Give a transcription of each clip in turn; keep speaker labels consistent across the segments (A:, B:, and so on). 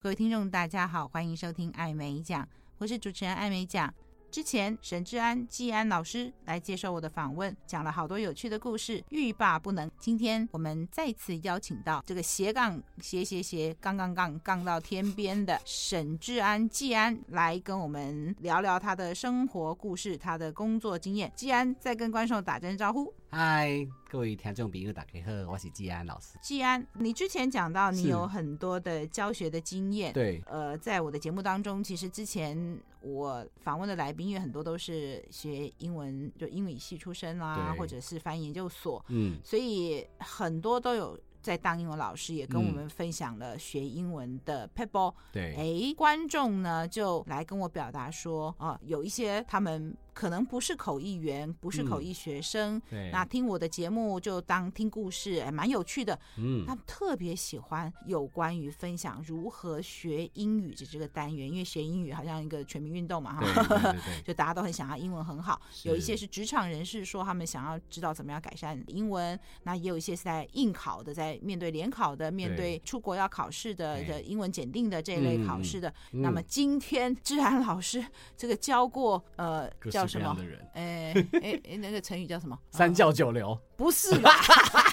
A: 各位听众，大家好，欢迎收听艾美奖，我是主持人艾美奖。之前沈志安、季安老师来接受我的访问，讲了好多有趣的故事，欲罢不能。今天我们再次邀请到这个斜杠斜斜斜杠杠杠杠到天边的沈志安、季安来跟我们聊聊他的生活故事、他的工作经验。季安再跟观众打声招呼。
B: 嗨，各位听众朋友，大家好，我是季安老师。
A: 季安，你之前讲到你
B: 是
A: 有很多的教学的经验，
B: 对，
A: 呃，在我的节目当中，其实之前我访问的来宾，因为很多都是学英文，就英语系出身啦、
B: 对
A: 或者是翻译研究所，
B: 嗯，
A: 所以很多都有在当英文老师，也跟我
B: 嗯
A: 们分享了学英文的 p e b a l
B: 对，
A: 哎，观众呢就来跟我表达说，哦、有一些他们可能不是口译员，不是口
B: 嗯
A: 译学生，
B: 对，
A: 那听我的节目就当听故事，哎，蛮有趣的。
B: 嗯
A: 他，们特别喜欢有关于分享如何学英语的这个单元，因为学英语好像一个全民运动嘛，
B: 对对
A: 哈，
B: 对 对，
A: 就大家都很想要英文很好。
B: 是
A: 有一些是职场人士说他们想要知道怎么样改善英文，那也有一些是在应考的，在面对联考的，面对
B: 对
A: 出国要考试的
B: 对
A: 的英文检定的这一类考试的。那么
B: 嗯
A: 今天志涵老师这个教过呃
B: 各
A: 叫
B: 式
A: 什
B: 各样
A: 么
B: 的？人，
A: 哎哎哎，那个成语叫什么？
B: 三
A: 呃
B: 教九流，
A: 不是吧？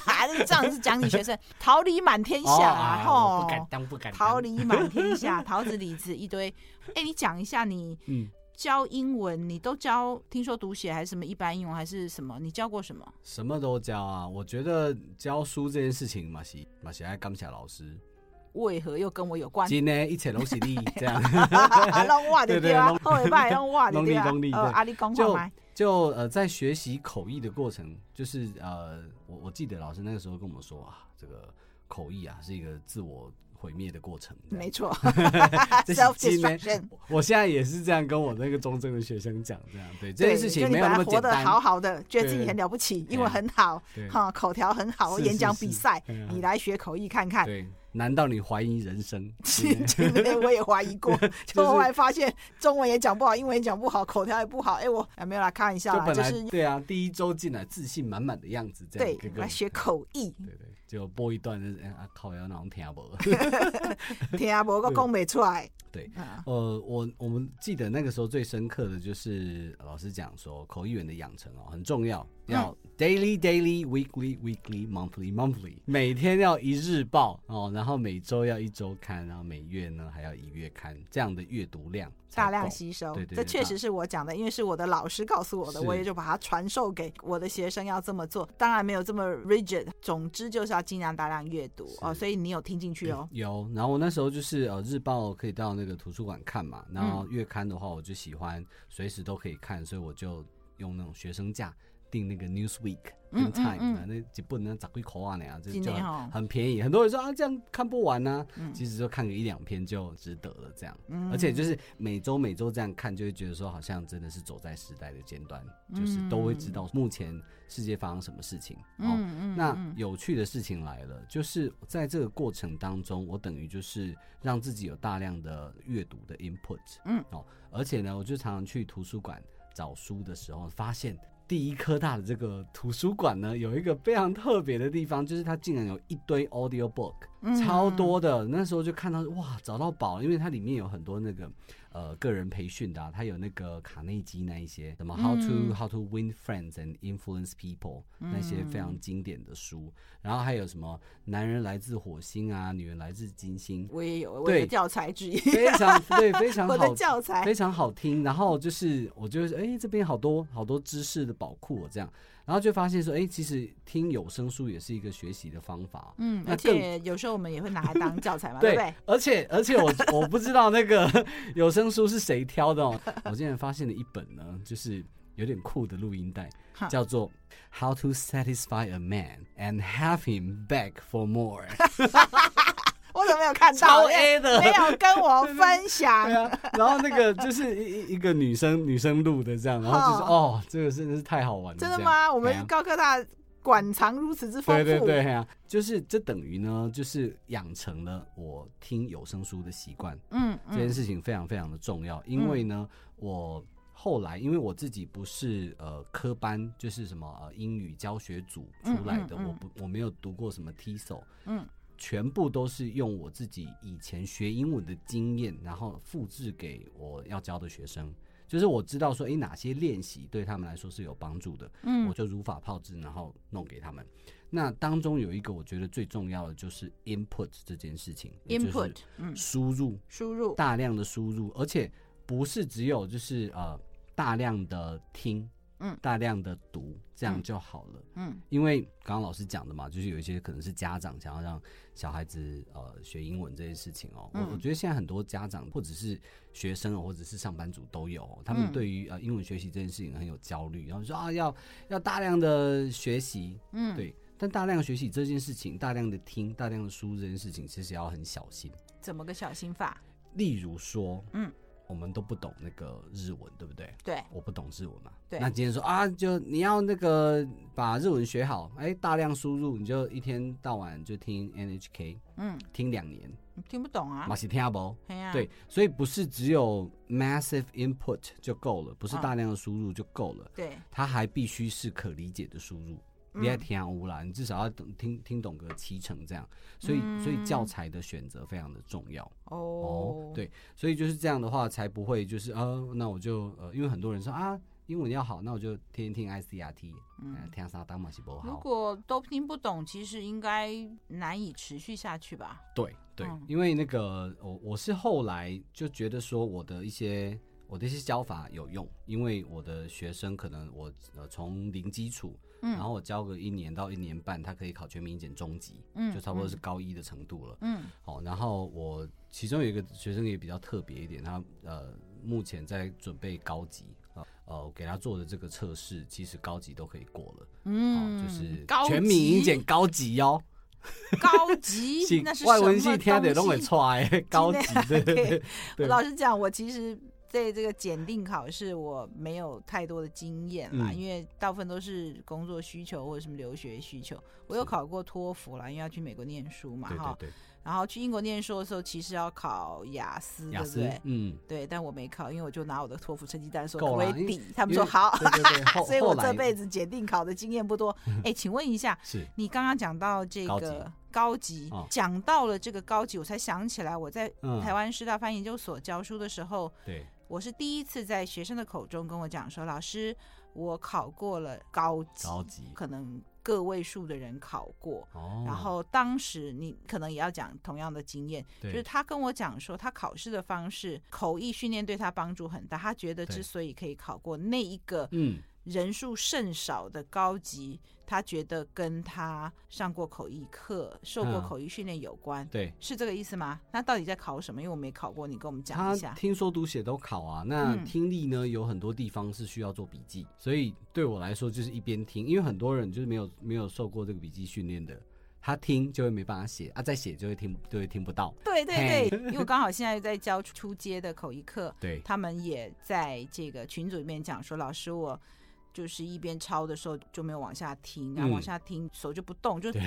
A: 那个仗是讲你学生桃李满天下啊，
B: 哦
A: 吼、
B: 我不敢当，不敢当
A: 桃，李满天 下，桃子李子一堆。哎、你讲一下你
B: 嗯，
A: 教英文，你都教听说读写还是什么一般英文还是什么？你教过什么？
B: 什么都教啊。我觉得教书这件事情嘛是嘛是爱感谢老师，
A: 为何又跟我有关？
B: 今天一切都是你这样。
A: 弄 我的
B: 对
A: 对
B: 对
A: 啊
B: 弄，
A: 后尾巴也弄我的对啊
B: 弄你弄你。
A: 呃，
B: 对
A: 阿里讲话
B: 就
A: 吗？
B: 就呃，在学习口译的过程，就是呃，我我记得老师那个时候跟我们说啊，这个口译啊是一个自我毁灭的过程。这样
A: 没错
B: 这
A: ，self
B: 是今天
A: destruction。
B: 我现在也是这样跟我那个中正的学生讲，这样对这
A: 对
B: 件事
A: 就
B: 情
A: 你
B: 没有
A: 本来
B: 那么
A: 活
B: 简
A: 得
B: 单。
A: 好好的，觉得自己
B: 对
A: 很了不起，
B: 对
A: 英文很好，
B: 对
A: 哈，口条很好，
B: 是
A: 演讲
B: 是是
A: 比赛
B: 对啊，
A: 你来学口译看看。
B: 对，难道你怀疑人生？
A: 真的我也怀疑过， 就后来发现中文也讲不好，英文也讲不好，口条也不好。哎，我啊没有啦，开玩笑
B: 就
A: 啦，
B: 本
A: 就
B: 来
A: 是
B: 对啊，第一周进来自信满满的样子，这样
A: 对
B: 跟，各
A: 来
B: 位
A: 学口 译，
B: 对对，就播一段就是哎啊靠，要那种听不。
A: 听啊，我个讲不出来。
B: 对
A: 啊，
B: 呃，我我们记得那个时候最深刻的就是老师讲说，口译员的养成哦很重要，要
A: 嗯
B: daily daily weekly weekly monthly monthly，每天要一日报哦，然后每周要一周刊，然后每月呢还要一月刊，这样的阅读量才
A: 大量
B: 够
A: 吸收
B: 对，对
A: 这
B: 对
A: 确实是我讲的，因为是我的老师告诉我的，
B: 是
A: 我也就把它传授给我的学生要这么做。当然没有这么 rigid，总之就是要尽量大量阅读哦。
B: 是
A: 所以你有听进去哦，
B: 有，然后我那时候就是呃，日报可以到那个图书馆看
A: 嗯
B: 嘛，然后月刊的话，我就喜欢随时都可以看，所以我就用那种学生价订那个 Newsweek
A: 嗯
B: 跟 Time，、啊
A: 嗯嗯
B: 那几本呢，咋贵口啊那样，就
A: 今
B: 就
A: 年
B: 很
A: 哦，
B: 很便宜。很多人说啊，这样看不完呢、
A: 嗯
B: 其实就看个一两篇就值得了，这样。
A: 嗯
B: 而且就是每周每周这样看，就会觉得说好像真的是走在时代的尖端，
A: 嗯
B: 就是都会知道目前世界发生什么事情。哦，
A: 嗯嗯，
B: 那
A: 嗯
B: 有趣的事情来了，就是在这个过程当中，我等于就是让自己有大量的阅读的 input，
A: 嗯
B: 哦，而且呢，我就常常去图书馆找书的时候，发现第一科大的这个图书馆呢，有一个非常特别的地方，就是它竟然有一堆 audio book，
A: 嗯
B: 超多的。那时候就看到哇，找到宝了，因为它里面有很多那个呃个人培训的、啊，它有那个卡内基那一些什么 How to、
A: 嗯，
B: How to Win Friends and Influence People 那些非常经典的书，然后还有什么男人来自火星啊，女人来自金星
A: 我也有我的
B: 对
A: 教材之一，
B: 非常对非常
A: 我的
B: 好
A: 教材
B: 非常好听。然后就是我就是哎、这边好多好多知识的宝库、哦，这样，然后就发现说，哎、其实听有声书也是一个学习的方法。
A: 嗯，
B: 那
A: 而
B: 更
A: 且有时候我们也会拿来当教 材嘛，对
B: 对
A: 不对？
B: 而且而且我 我不知道那个 有声书是谁挑的哦，我竟然发现了一本呢，就是有点酷的录音带
A: 哈，
B: 叫做《How to Satisfy a Man and Have Him Back for More》，
A: 我怎么没有看到？
B: 超 A 的
A: 没有跟我分
B: 对
A: 享。
B: 啊，然后那个就是一一一个女生女生录的这样，然后就是
A: 哈
B: 哦，这个真的是太好玩了，
A: 真的
B: 这样
A: 吗？我
B: 对
A: 们
B: 啊
A: 高科大馆藏如此之丰
B: 对
A: 富。
B: 对对啊，就是这等于呢，就是养成了我听有声书的习惯。
A: 嗯
B: 这件
A: 嗯
B: 事情非常非常的重要，因为呢，我后来因为我自己不是呃科班，就是什么呃英语教学组出来的，
A: 嗯嗯嗯
B: 我不我没有读过什么 TESOL，
A: 嗯，
B: 全部都是用我自己以前学英文的经验，然后复制给我要教的学生。就是我知道说，诶，哪些练习对他们来说是有帮助的，我
A: 嗯
B: 就如法炮制，然后弄给他们。那当中有一个我觉得最重要的就是 input 这件事情也就是
A: ，input，嗯，
B: 输入，
A: 输入，
B: 大量的输入，而且不是只有就是呃大量的听，
A: 嗯
B: 大量的读，这样
A: 嗯
B: 就好了。
A: 嗯
B: 因为刚刚老师讲的嘛，就是有一些可能是家长想要让小孩子呃学英文这件事情哦，我、
A: 嗯
B: 我觉得现在很多家长或者是学生哦，或者是上班族都有哦、他们
A: 嗯
B: 对于呃英文学习这件事情很有焦虑，然后说啊要要大量的学习，
A: 嗯，
B: 对，但大量的学习这件事情，大量的听，大量的输入这件事情，其实要很小心。
A: 怎么个小心法？
B: 例如说，
A: 嗯
B: 嗯，我们都不懂那个日文，对不对？
A: 对，
B: 我不懂日文嘛，
A: 对
B: 那今天说啊，就你要那个把日文学好，哎，大量输入，你就一天到晚就听 NHK，
A: 嗯，
B: 听两年，
A: 你听不懂啊
B: 马，西听不？
A: 哎呀，
B: 对，所以不是只有 massive input 就够了，不是
A: 嗯
B: 大量的输入就够了，
A: 对，
B: 它还必须是可理解的输入。
A: 嗯
B: 你也听啊无啦，你至少要懂听听懂个七成这样，所以
A: 嗯
B: 所以教材的选择非常的重要。
A: 哦
B: 哦，，，对，所以就是这样的话，才不会就是呃，那我就呃，因为很多人说啊，英文要好，那我就天天听 ICRT，嗯、
A: 嗯。
B: 听啥当嘛是不
A: 如
B: 好。
A: 果都听不懂，其实应该难以持续下去吧。
B: 对对
A: 嗯，
B: 因为那个我我是后来就觉得说我的一些我的一些教法有用，因为我的学生可能我呃从零基础，
A: 嗯
B: 然后我教个一年到一年半，他可以考全民检中级，
A: 嗯
B: 就差不多是高一的程度了。
A: 嗯
B: 好，然后我其中有一个学生也比较特别一点，他呃目前在准备高级啊，呃我给他做的这个测试，其实高级都可以过了，
A: 嗯，
B: 哦，就是
A: 高
B: 全民英
A: 级
B: 检高级哦，
A: 高 级， 那是
B: 外
A: 什
B: 文
A: 么
B: 系听得都
A: 东
B: 会
A: 西
B: 错 的高级 对对对，
A: 我
B: 对
A: 老实讲，我其实对这个检定考试我没有太多的经验啦，
B: 嗯
A: 因为大部分都是工作需求或者什么留学需求。我有
B: 是
A: 考过托福啦，因为要去美国念书嘛，
B: 对对
A: 哈。然后去英国念书的时候，其实要考雅思，
B: 对，雅
A: 对
B: 思
A: 不对？
B: 嗯。
A: 对，但我没考，因为我就拿我的托福成绩单说可
B: 够
A: 不
B: 啦
A: 可以
B: 因为
A: 抵，他们
B: 因
A: 说
B: 为
A: 好，
B: 对对对，后
A: 所以我
B: 后来
A: 这辈子检定考的经验不 多。哎，请问一下，
B: 是
A: 你刚刚讲到这
B: 高级
A: 个高级
B: 哦，
A: 讲到了这个高级，我才想起来，我在
B: 嗯
A: 台湾师大翻译研究所教书的时候，
B: 对
A: 我是第一次在学生的口中跟我讲说，老师，我考过了高级，
B: 高级
A: 可能个位数的人考过。
B: 哦，
A: 然后当时你可能也要讲同样的经验，就
B: 对
A: 是他跟我讲说，他考试的方式口译训练对他帮助很大。他觉得
B: 对
A: 之所以可以考过那一个
B: 嗯
A: 人数甚少的高级，他觉得跟他上过口译课、受过
B: 嗯
A: 口译训练有关。
B: 对，
A: 是这个意思吗？那到底在考什么？因为我没考过，你跟我们讲
B: 他
A: 一下。
B: 听说读写都考啊，那
A: 嗯
B: 听力呢有很多地方是需要做笔记，所以对我来说就是一边听，因为很多人就是没有没有受过这个笔记训练的，他听就会没办法写啊，再写就会听就会听不到。
A: 对对对， 因为我刚好现在在教初阶的口译课，
B: 对，
A: 他们也在这个群组里面讲说，老师我。就是一边抄的时候就没有往下听，然后
B: 嗯
A: 往下听手就不动，就
B: 对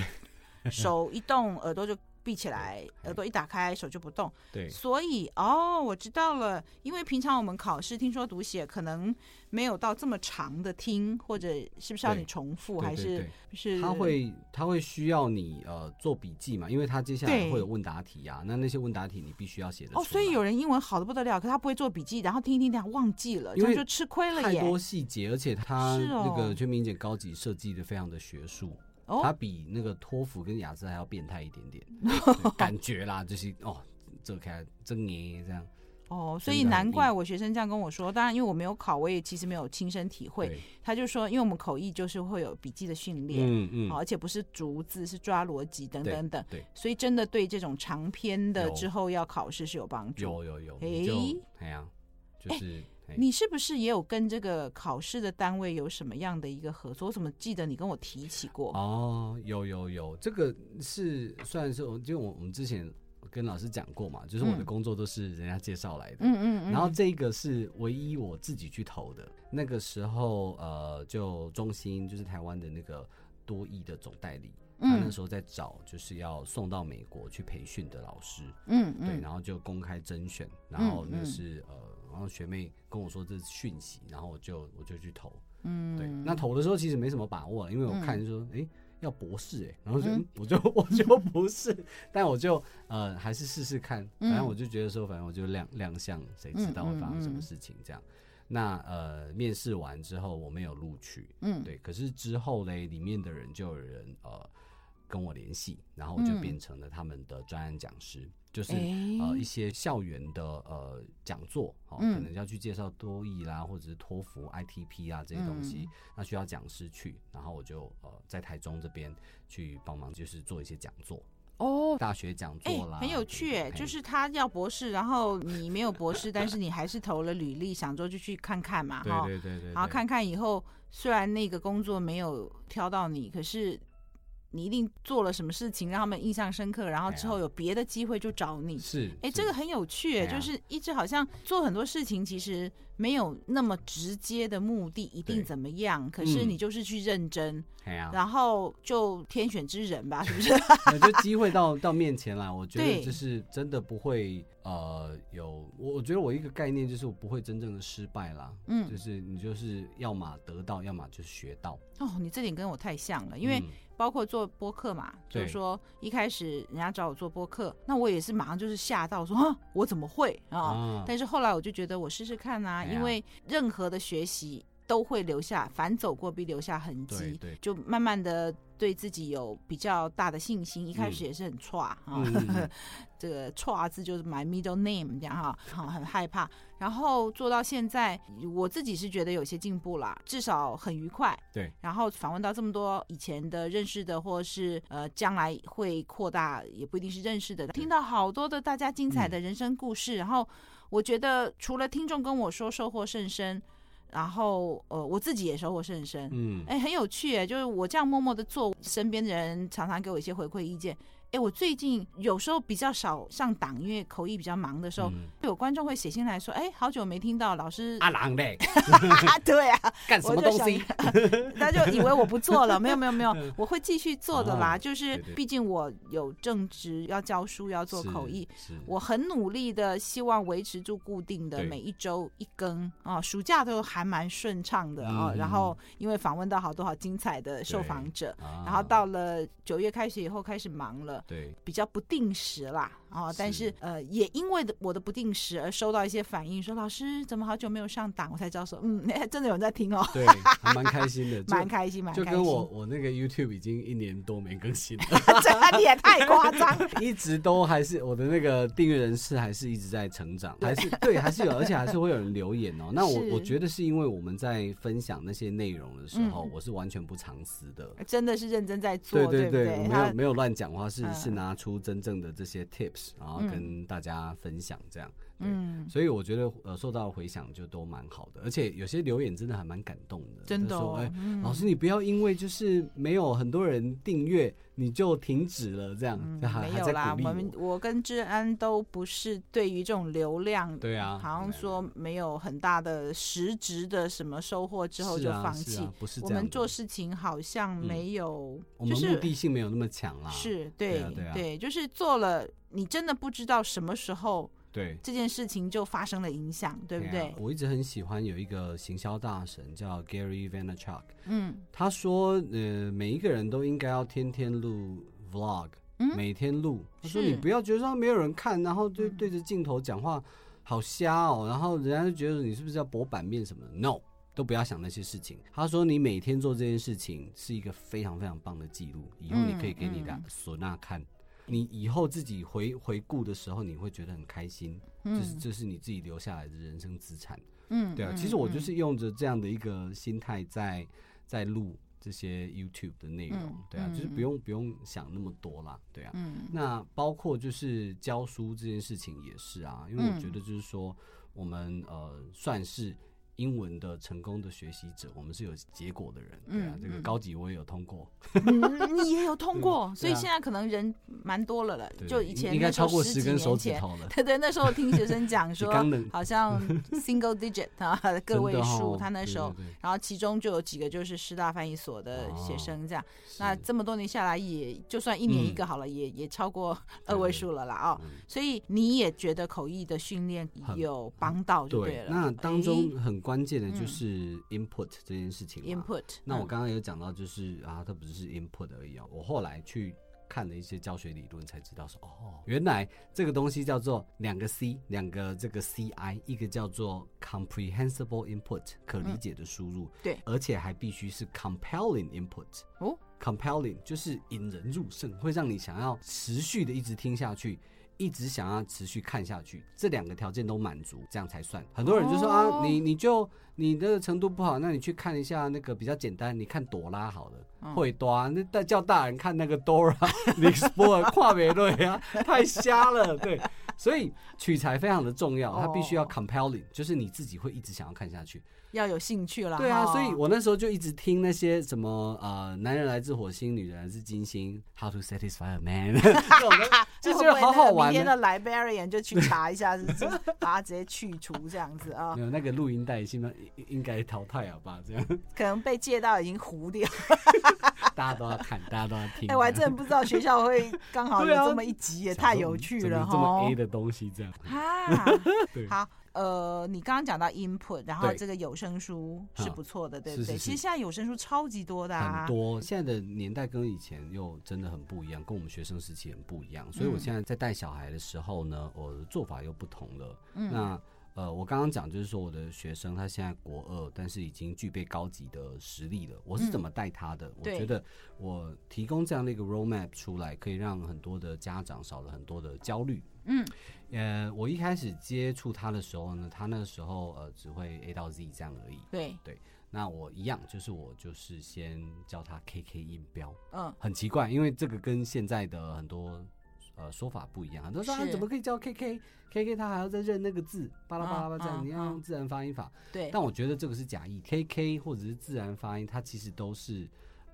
A: 手一动耳朵就闭起来，耳朵一打开手就不动。
B: 对，
A: 所以哦，我知道了，因为平常我们考试听说读写可能没有到这么长的听，或者是不是要
B: 对
A: 你重复，
B: 对
A: 还
B: 对
A: 是
B: 对
A: 是
B: 他会他会需要你呃做笔记嘛，因为他接下来
A: 对
B: 会有问答题啊，那那些问答题你必须要写的
A: 哦，所以有人英文好的不得了，可他不会做笔记，然后听一听，然后忘记了，这
B: 因
A: 样
B: 为
A: 就吃亏了
B: 太
A: 耶。
B: 多细节，而且他
A: 是哦
B: 那个全民检高级设计的非常的学术，它
A: 哦，
B: 比那个托福跟雅思还要变态一点点， 对感觉啦，就是哦，这开真耶这样，
A: 哦，
B: 真
A: 所
B: 的
A: 以
B: 很
A: 难
B: 硬
A: 怪我学生这样跟我说。当然，因为我没有考，我也其实没有亲身体会。
B: 对，
A: 他就说，因为我们口译就是会有笔记的训练。
B: 嗯
A: 哦
B: 嗯，
A: 而且不是逐字，是抓逻辑等
B: 对
A: 等等，
B: 对
A: 所以真的对这种长篇的
B: 有
A: 之后要考试是有帮助。
B: 有有有，
A: 诶
B: 你就哎呀，就是哎
A: 你是不是也有跟这个考试的单位有什么样的一个合作？我怎么记得你跟我提起过？
B: 哦，有有有，这个是算是我，就我我们之前跟老师讲过嘛，就是我的
A: 嗯
B: 工作都是人家介绍来的，
A: 嗯嗯嗯。
B: 然后这个是唯一我自己去投的。那个时候，呃，就中心就是台湾的那个多益的总代理，他那
A: 嗯
B: 时候在找就是要送到美国去培训的老师，
A: 嗯
B: 对，
A: 嗯，
B: 然后就公开甄选，然后那
A: 嗯
B: 是呃，然后学妹跟我说这是讯息，然后我就我就去投，
A: 嗯
B: 对，那投的时候其实没什么把握，因为我
A: 嗯
B: 看就说，哎、要博士哎、然后就、
A: 嗯
B: 嗯我就我就不是，但我就呃还是试试看，反正
A: 嗯
B: 我就觉得说，反正我就亮亮相，谁知
A: 嗯
B: 道会
A: 嗯
B: 发生什么
A: 嗯
B: 事情这样。那呃，面试完之后我没有录取，
A: 嗯
B: 对，可是之后嘞，里面的人就有人呃跟我联系，然后我就
A: 嗯
B: 变成了他们的专案讲师，就是
A: 诶
B: 呃一些校园的呃讲座，哦，可
A: 嗯
B: 能要去介绍多益啦，或者是托福、ITP 啊这些东
A: 嗯
B: 西，那需要讲师去，然后我就呃在台中这边去帮忙，就是做一些讲座，
A: 哦。
B: 大学讲
A: 哎、
B: 座啦，
A: 很有趣哎、
B: 哎，
A: 就是他要博士，然后你没有博士，但是你还是投了履历，想说就去看看嘛，
B: 对
A: 哈，
B: 对对对，
A: 然后
B: 对
A: 看看以后，虽然那个工作没有挑到你，可是你一定做了什么事情让他们印象深刻，然后
B: 哎呀
A: 之后有别的机会就找你。
B: 是，
A: 哎，
B: 是
A: 这个很有趣耶，
B: 哎呀
A: 就是一直好像做很多事情，其实没有那么直接的目的，一定
B: 对
A: 怎么样。可是
B: 嗯
A: 你就是去认真，
B: 哎呀，
A: 然后就天选之人吧，是不是？
B: 我觉得机会到到面前来，我觉
A: 对
B: 得就是真的不会呃有我，我觉得我一个概念就是我不会真正的失败啦，
A: 嗯
B: 就是你就是要么得到，要么就是学到，
A: 哦，你这点跟我太像了，因为
B: 嗯
A: 包括做播客嘛，就
B: 对
A: 是说一开始人家找我做播客，那我也是马上就是吓到说啊，我怎么会啊？
B: 啊，
A: 但是后来我就觉得我试试看啊，
B: 哎呀
A: 因为任何的学习都会留下，反走过必留下痕迹
B: 对，对
A: 就慢慢的对自己有比较大的信心。一开始
B: 嗯
A: 也是很歘啊，
B: 嗯嗯嗯
A: 这个歘字就是 my middle name 这样哈，好很害怕。然后做到现在，我自己是觉得有些进步啦，至少很愉快。
B: 对，
A: 然后访问到这么多以前的认识的，或是呃将来会扩大，也不一定是认识的，听到好多的大家精彩的人生故事。然后我觉得除了听众跟我说收获甚深，然后呃我自己也收获甚深。
B: 嗯，
A: 哎，很有趣哎，就是我这样默默的做，身边的人常常给我一些回馈意见。哎，我最近有时候比较少上档，因为口译比较忙的时候，
B: 嗯
A: 有观众会写信来说，哎，好久没听到老师
B: 阿郎 嘞，
A: 啊，对啊，
B: 干什
A: 我
B: 么
A: 就
B: 东
A: 想
B: 西？
A: 他就以为我不做了，没有没有没有，我会继续做的啦。
B: 嗯啊
A: 就是
B: 对对
A: 毕竟我有正职，要教书，要做口译，
B: 是，是
A: 我很努力的希望维持住固定的
B: 对
A: 每一周一更啊，暑假都还蛮顺畅的啊。
B: 嗯
A: 然后因为访问到好多好精彩的受访者，
B: 啊
A: 然后到了九月开学以后开始忙了。
B: 对
A: 比较不定时啦，啊，但是呃，也因为我的不定时而收到一些反应，说老师怎么好久没有上档，我才知道说，嗯， 真的有人在听哦，
B: 对，还蛮开心 的，就
A: 蛮开心，蛮开
B: 就
A: 心。
B: 跟我我那个 YouTube 已经一年多没更新了。
A: 这你也太夸张。
B: 一直都还是我的那个订阅人次还是一直在成长，还是对，还是有，而且还是会有人留 言哦。那我
A: 是
B: 我觉得是因为我们在分享那些内容的时候，
A: 嗯
B: 我是完全不藏私的。
A: 真的是认真在做，
B: 对
A: 对
B: 对
A: 不
B: 我没
A: 他
B: 有没有乱讲话，是、
A: 嗯
B: 是拿出真正的这些 tips，然后跟大家分享这样。对
A: 嗯，
B: 所以我觉得呃受到回响就都蛮好的，而且有些留言真的还蛮感动的，
A: 真的
B: 就说
A: 哦
B: 哎、，
A: 嗯
B: 老师，你不要因为就是没有很多人订阅你就停止了，这样、
A: 嗯
B: 就还
A: 没
B: 还
A: 有
B: 在
A: 啦，
B: 鼓励
A: 我们我跟志安都不是对于这种流量，
B: 对啊，
A: 好像
B: 对啊
A: 说没有很大的实质的什么收获之后
B: 是
A: 就
B: 啊
A: 放
B: 是
A: 弃
B: 啊。不是
A: 我
B: 这样
A: 们
B: 的嗯
A: 做事情好像没有，就
B: 我们目
A: 是
B: 的性没有那么强啦，
A: 是
B: 对
A: 对
B: 啊对啊
A: 就是做了，你真的不知道什么时候
B: 对。
A: 这件事情就发生了影响，对不
B: 啊
A: 对？
B: 我一直很喜欢有一个行销大神叫 Gary Vaynerchuk，
A: 嗯
B: 他说，呃，每一个人都应该要天天录 vlog，、
A: 嗯
B: 每天录。他说
A: 是
B: 你不要觉得说没有人看，然后对
A: 嗯
B: 对着镜头讲话好瞎哦，然后人家就觉得你是不是要博版面什么的？No，都不要想那些事情。他说你每天做这件事情是一个非常非常棒的记录，以后你可以给你的
A: 嗯
B: 唢呐看。你以后自己回回顾的时候，你会觉得很开心，这是
A: 嗯
B: 这是你自己留下来的人生资产。
A: 嗯，
B: 对啊，
A: 嗯
B: 其实我
A: 嗯
B: 就是用着这样的一个心态在在录这些 YouTube 的内容，
A: 嗯
B: 对啊，
A: 嗯
B: 就是
A: 嗯
B: 不用不用想那么多啦，对啊。
A: 嗯
B: 那包括就是教书这件事情也是啊，因为我
A: 嗯
B: 觉得就是说我们呃算是英文的成功的学习者，我们是有结果的人。对啊
A: 嗯，
B: 这个
A: 嗯
B: 高级我也有通过，
A: 嗯你也有通过，所以
B: 对啊
A: 现在可能人蛮多了了。
B: 对
A: 就以前
B: 应该
A: 那时候
B: 超过
A: 十
B: 十
A: 几
B: 根
A: 年
B: 手指
A: 前
B: 头了。
A: 对对，那时候听学生 讲说，
B: 刚能
A: 好 像 single digit 啊，个
B: 真
A: 位
B: 的
A: 数，
B: 哦
A: 他那时候。
B: 对哦对对
A: 然后其中就有几个就是师大翻译所的学生这样，那
B: 是
A: 这么多年下来也，就算一年一
B: 嗯
A: 个好了，也也超过
B: 对
A: 二位数了啦哦。
B: 嗯
A: 所以你也觉得口译的训练
B: 很
A: 有帮到就
B: 对
A: 了。，
B: 那当中很关键的就
A: 嗯
B: 是 input 这件事情
A: 诶
B: 嘛。
A: input，
B: 那我
A: 嗯
B: 刚刚有讲到，就是啊，它不是 input 而已哦。我后来去看了一些教学理论，才知道说，哦，原来这个东西叫做两个 C，两个这个 CI，一个叫做 comprehensible input，可理解的输入，
A: 嗯对
B: 而且还必须是 compelling input。
A: 哦
B: compelling 就是引人入胜，会让你想要持续的一直听下去。一直想要持续看下去，这两个条件都满足，这样才算。很多人就说、
A: 哦
B: 啊，你你就你的程度不好，那你去看一下那个比较简单，你看朵拉好了，
A: 嗯
B: 会朵啊，那大叫大人看那个 Dora，你 波尔跨美瑞啊，太瞎了，对。所以取材非常的重要，它必须要
A: 哦
B: compelling，就是你自己会一直想要看下去。
A: 要有兴趣了。
B: 对啊，
A: 哈
B: 所以我那时候就一直听那些什么呃，男人来自火星，女人来自金星，How to satisfy a man，这 种 东西就觉得好好
A: 会不会那
B: 玩
A: 个明天
B: 呢。
A: 的 librarian 就去查一下，是不 是把它直接去除这样子啊、
B: 没有那个录音带，现在应应该淘汰好吧？这样
A: 可能被借到已经糊 掉。
B: 大家都要看，大家都要听。
A: 哎、我还
B: 这样
A: 真不知道学校会刚好有
B: 对啊
A: 这么一集，也
B: 想
A: 太
B: 说
A: 有
B: 嗯
A: 趣
B: 怎么
A: 了
B: 这么
A: 哈
B: A。的东西这样。
A: 啊，
B: 对
A: 好，呃，你刚刚讲到 input，然后
B: 对
A: 这个有声书是
B: 嗯
A: 不错的，对不
B: 是
A: 对？
B: 是
A: 其实
B: 是
A: 现在有声书超级多的啊，
B: 很多现在的年代跟以前又真的很不一样，跟我们学生时期很不一样。所以我
A: 嗯
B: 现在在带小孩的时候呢，我的做法又不同了。
A: 嗯
B: 那呃，我刚刚讲就是说，我的学生他现在国二，但是已经具备高级的实力了。我是怎么带他的？我
A: 嗯对
B: 觉得我提供这样的一个 roadmap 出来，可以让很多的家长少了很多的焦虑。
A: 嗯，
B: 呃，我一开始接触他的时候呢，他那个时候呃只会 A 到 Z 这样而已。
A: 对，
B: 那我一样，就是我就是先教他 KK 音标，
A: 嗯，
B: 很奇怪，因为这个跟现在的很多呃说法不一样。很多人说啊
A: 是，
B: 怎么可以教 KK？KK 他还要再认那个字，巴拉巴拉巴拉
A: 嗯
B: 这
A: 嗯
B: 样，你要
A: 嗯
B: 用自然发音法。
A: 对，
B: 但我觉得这个是假意，KK 或者是自然发音，它其实都是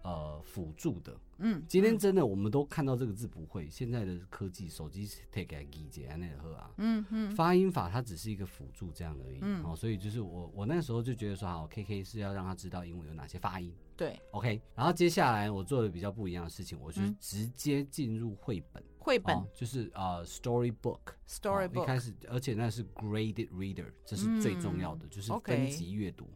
B: 呃辅助的。
A: 嗯，
B: 今天
A: 嗯
B: 真的我们都看到这个字不会，现在的科技手机 take a g 姐那个喝啊，
A: 嗯嗯
B: 发音法它只是一个辅助这样而已。
A: 嗯
B: 哦，所以就是我我那时候就觉得说，好，K K 是要让他知道英文有哪些发音。
A: 对，
B: OK，然后接下来我做的比较不一样的事情，我就是
A: 嗯
B: 直接进入绘本，
A: 绘本、
B: 哦、就是呃 storybook 哦。一
A: storybook，
B: 开始，而且那是 graded reader，这是最重要的，就是分
A: 嗯 OK
B: 级阅读。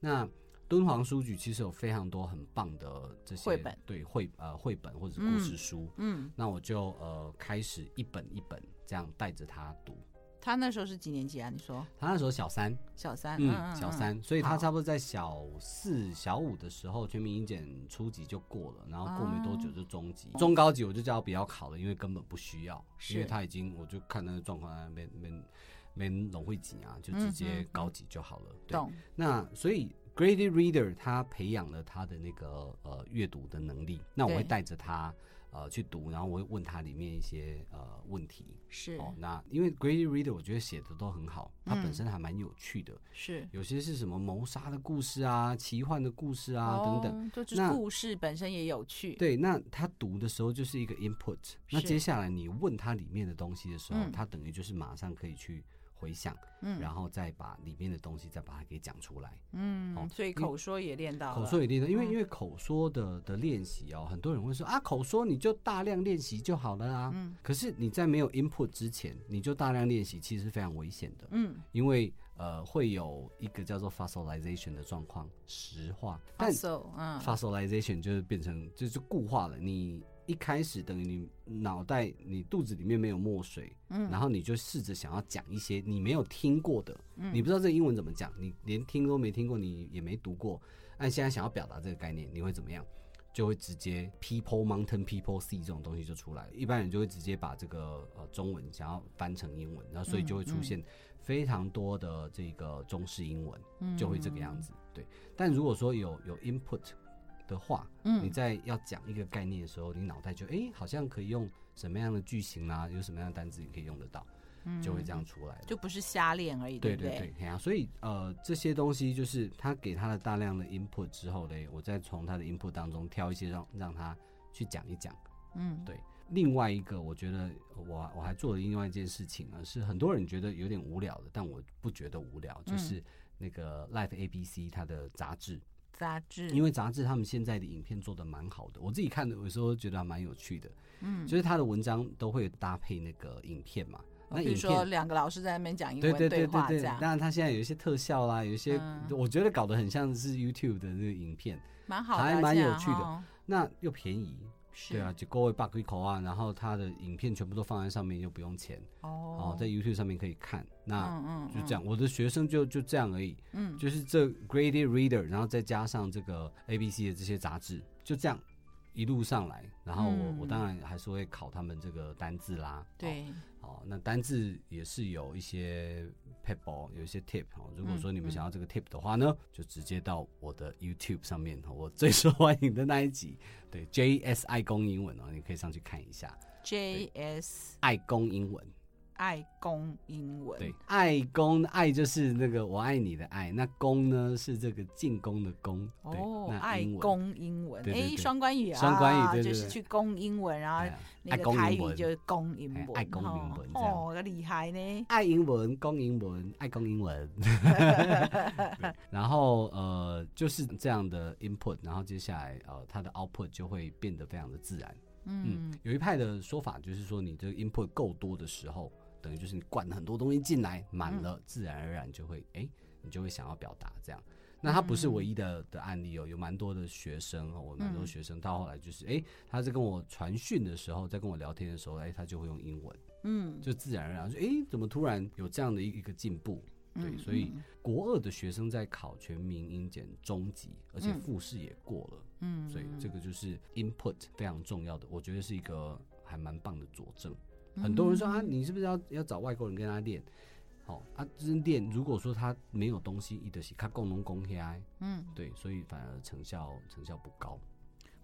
B: 那敦煌书局其实有非常多很棒的这些
A: 绘本，
B: 对绘呃绘本或者是故事书。
A: 嗯，
B: 那我就呃开始一本一本这样带着他读，
A: 他那时候是几年级啊？你说
B: 他那时候小三，
A: 小三，
B: 嗯，小
A: 嗯，
B: 三，所以他
A: 好
B: 差不多在小四、小五的时候，全民英检初级就过了，然后过没多
A: 哦
B: 久就中级、中高级我就叫他不要考了，因为根本不需要，因为
A: 是
B: 他已经我就看他的状况，他没没没拢会级啊，就
A: 嗯
B: 直
A: 嗯
B: 接
A: 嗯
B: 高级就好了。对，
A: 懂，
B: 那所以 graded reader 他培养了他的那个呃阅读的能力，那我
A: 对
B: 会带着他。呃，去读，然后我会问他里面一些呃问题
A: 是
B: 哦。那因为 graded reader 我觉得写的都很好，它
A: 嗯
B: 本身还蛮有趣的，
A: 是
B: 有些是什么谋杀的故事啊、奇幻的故事啊、等等。
A: 哦等，就就是
B: 那
A: 故事本身也有趣，
B: 对，那他读的时候就是一个 input，那
A: 是
B: 接下来你问他里面的东西的时候，
A: 嗯
B: 他等于就是马上可以去回想，
A: 嗯
B: 然后再把里面的东西再把它给讲出来。
A: 嗯，
B: 哦
A: 所以口说也练到了
B: 口说也练的，因为
A: 嗯
B: 因为口说的的练习哦，很多人会说啊，口说你就大量练习就好了啊。
A: 嗯
B: 可是你在没有 input 之前，你就大量练习，其实是非常危险的。
A: 嗯，
B: 因为呃会有一个叫做 fossilization 的状况，石化。但
A: so 嗯
B: fossilization 就是变成就是固化了，你一开始等于你脑袋你肚子里面没有墨水，
A: 嗯
B: 然后你就试着想要讲一些你没有听过的，
A: 嗯
B: 你不知道这英文怎么讲，你连听都没听过，你也没读过，按现在想要表达这个概念，你会怎么样？就会直接 people mountain people sea 这种东西就出来了，一般人就会直接把这个呃中文想要翻成英文，然后所以就会出
A: 嗯
B: 现非常多的这个中式英文，
A: 嗯
B: 就会这个样子。对，但如果说有有 input 的话，你
A: 嗯
B: 在要讲一个概念的时候，你脑袋就哎、诶好像可以用什么样的句型啊，有什么样的单字你可以用得到。就会这样出来了。
A: 就不是瞎练而已，
B: 对
A: 不
B: 对对，哎呀、所以呃，这些东西就是他给他的大量的 input 之后嘞，我再从他的 input 当中挑一些让让他去讲一讲。
A: 嗯，
B: 对另外一个，我觉得我我还做了另外一件事情啊，是很多人觉得有点无聊的，但我不觉得无聊，就
A: 嗯
B: 是那个 Life ABC 它的杂志，
A: 杂志，
B: 因
A: 为
B: 为杂志他们现在的影片做的蛮好的，我自己看的有时候觉得还蛮有趣的，
A: 嗯，
B: 就是他的文章都会搭配那个影片嘛，那
A: 哦比
B: 影
A: 如说
B: 片。
A: 两个老师在那边讲英
B: 对
A: 文
B: 对对对
A: 话这
B: 对，
A: 样，
B: 当然他现在有一些特效啦，有一些、
A: 嗯
B: 我觉得搞得很像是 YouTube 的那个影片，
A: 蛮好的啊，
B: 还蛮
A: 这
B: 有
A: 样
B: 趣的
A: 哦，
B: 那又便宜，
A: 是
B: 对啊，，就各位 bug 一口啊，然后他的影片全部都放在上面，又不用钱，哦
A: 哦，，
B: 在 YouTube 上面可以看，那
A: 嗯嗯，
B: 就
A: 嗯
B: 这样。，我的学生就就这样而已，
A: 嗯，
B: 就是这 Grady Reader，然后再加上这个 ABC 的这些杂志，就这样一路上来。然后我、
A: 嗯
B: 我当然还是会考他们这个单字啦，哦，
A: 对，
B: 哦，那单字也是有一些 p e b b l 有一些 tip 哦。如果说你们
A: 嗯
B: 想要这个 tip 的话呢，就直接到我的 YouTube 上面，哦我最受欢迎的那一集，对 JS 爱公英文哦，你可以上去看一下
A: JS
B: 爱公英文。
A: 爱公英文，
B: 对，，爱公爱就是那个我爱你的爱，那公呢是这个进攻的攻，对，
A: 哦，
B: 那
A: 爱
B: 英文。
A: 公英文，
B: 对对
A: 哎，
B: 对
A: 双关语啊，
B: 双关语对对
A: 就是
B: 对
A: 去攻英文，然
B: 哎
A: 后
B: 呀
A: 啊那
B: 爱
A: 个
B: 公
A: 台
B: 英
A: 语
B: 文
A: 就是攻英
B: 哎
A: 文，
B: 爱攻英文这样
A: 哦，哦厉害呢，
B: 爱英文，公英文，爱公英 文。对然后呃，就是这样的 input，然后接下来呃，它的 output 就会变得非常的自然。嗯
A: 嗯，，
B: 有一派的说法就是说，你这个 input 够多的时候，等于就是你灌很多东西进来，满了，
A: 嗯
B: 自然而然就会哎、你就会想要表达这样。那他不是唯一的的案例哦，有蛮多的学生哦，我蛮多
A: 嗯
B: 学生到后来就是哎、他在跟我传讯的时候，在跟我聊天的时候，哎，他就会用英文。
A: 嗯，
B: 就自然而然说，哎、怎么突然有这样的一一个进步？对，
A: 嗯
B: 所以
A: 嗯
B: 国二的学生在考全民英检中级，而且
A: 嗯
B: 复试也过了，
A: 嗯，
B: 所以这个就是 input 非常重要的，我觉得是一个还蛮棒的佐证。
A: 嗯
B: 很多人说啊，你是不是要要找外国人跟他练？好、啊，就是练。如果说他没有东西，一的是他共同攻 AI，
A: 嗯，
B: 对，所以反而成效成效不高。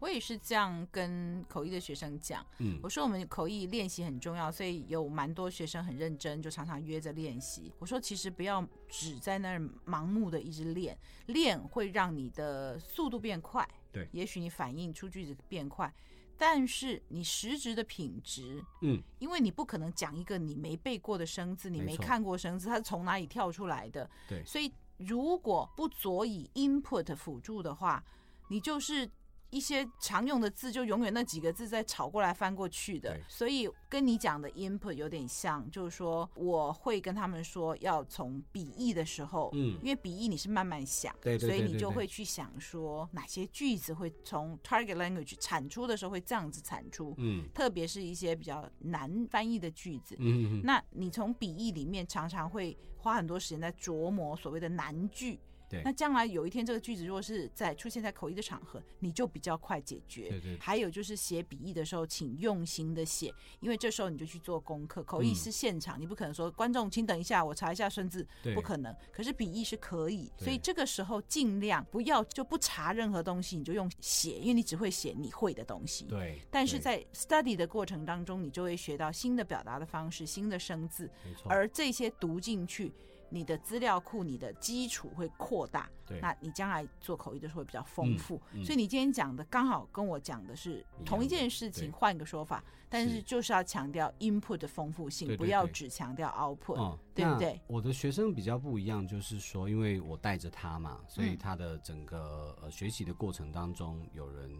A: 我也是这样跟口译的学生讲，
B: 嗯
A: 我说我们口译练习很重要，所以有蛮多学生很认真，就常常约着练习。我说其实不要只在那儿盲目的一直练，练会让你的速度变快，
B: 对
A: 也许你反应出句子变快，但是你实质的品质。
B: 嗯，
A: 因为你不可能讲一个你没背过的生字，你
B: 没
A: 没
B: 错
A: 看过生字，它是从哪里跳出来的？
B: 对
A: 所以如果不佐以 input 辅助的话，你就是一些常用的字，就永远那几个字在吵过来翻过去的
B: 对。
A: 所以跟你讲的 input 有点像，就是说我会跟他们说要从笔译的时候，
B: 嗯
A: 因为笔译你是慢慢想，
B: 对对对
A: 所以
B: 对
A: 你就
B: 对
A: 会去想说哪些句子会从 target language 产出的时候会这样子产出。
B: 嗯
A: 特别是一些比较难翻译的句子，
B: 嗯嗯，
A: 那你从笔译里面常常会花很多时间在琢磨所谓的难句。
B: 对
A: 那将来有一天这个句子如果是在出现在口译的场合，你就比较快解决。
B: 对对
A: 还有就是写笔译的时候，请用心的写，因为这时候你就去做功课。口译
B: 嗯
A: 是现场，你不可能说观众，请等一下，我查一下生字，
B: 对，
A: 不可能。可是笔译是可以，
B: 对
A: 所以这个时候尽量不要就不查任何东西，你就用写，因为你只会写你会的东西。
B: 对，
A: 但是
B: 对
A: 在 study 的过程当中，你就会学到新的表达的方式、新的生字，
B: 没错，
A: 而这些读进去，你的资料库、你的基础会扩大。
B: 对
A: 那你将来做口译的时候会比较丰富。
B: 嗯嗯
A: 所以你今天讲的刚好跟我讲的是
B: 一样
A: 同一
B: 的
A: 件事情，
B: 对
A: 换一个说法，但
B: 是
A: 是就是要强调 input 的丰富性，
B: 对对
A: 不要
B: 对
A: 只强调 output。
B: 哦，
A: 对不对？
B: 我的学生比较不一样，就是说，因为我带着他嘛，所以
A: 嗯
B: 他的整个呃学习的过程当中，有人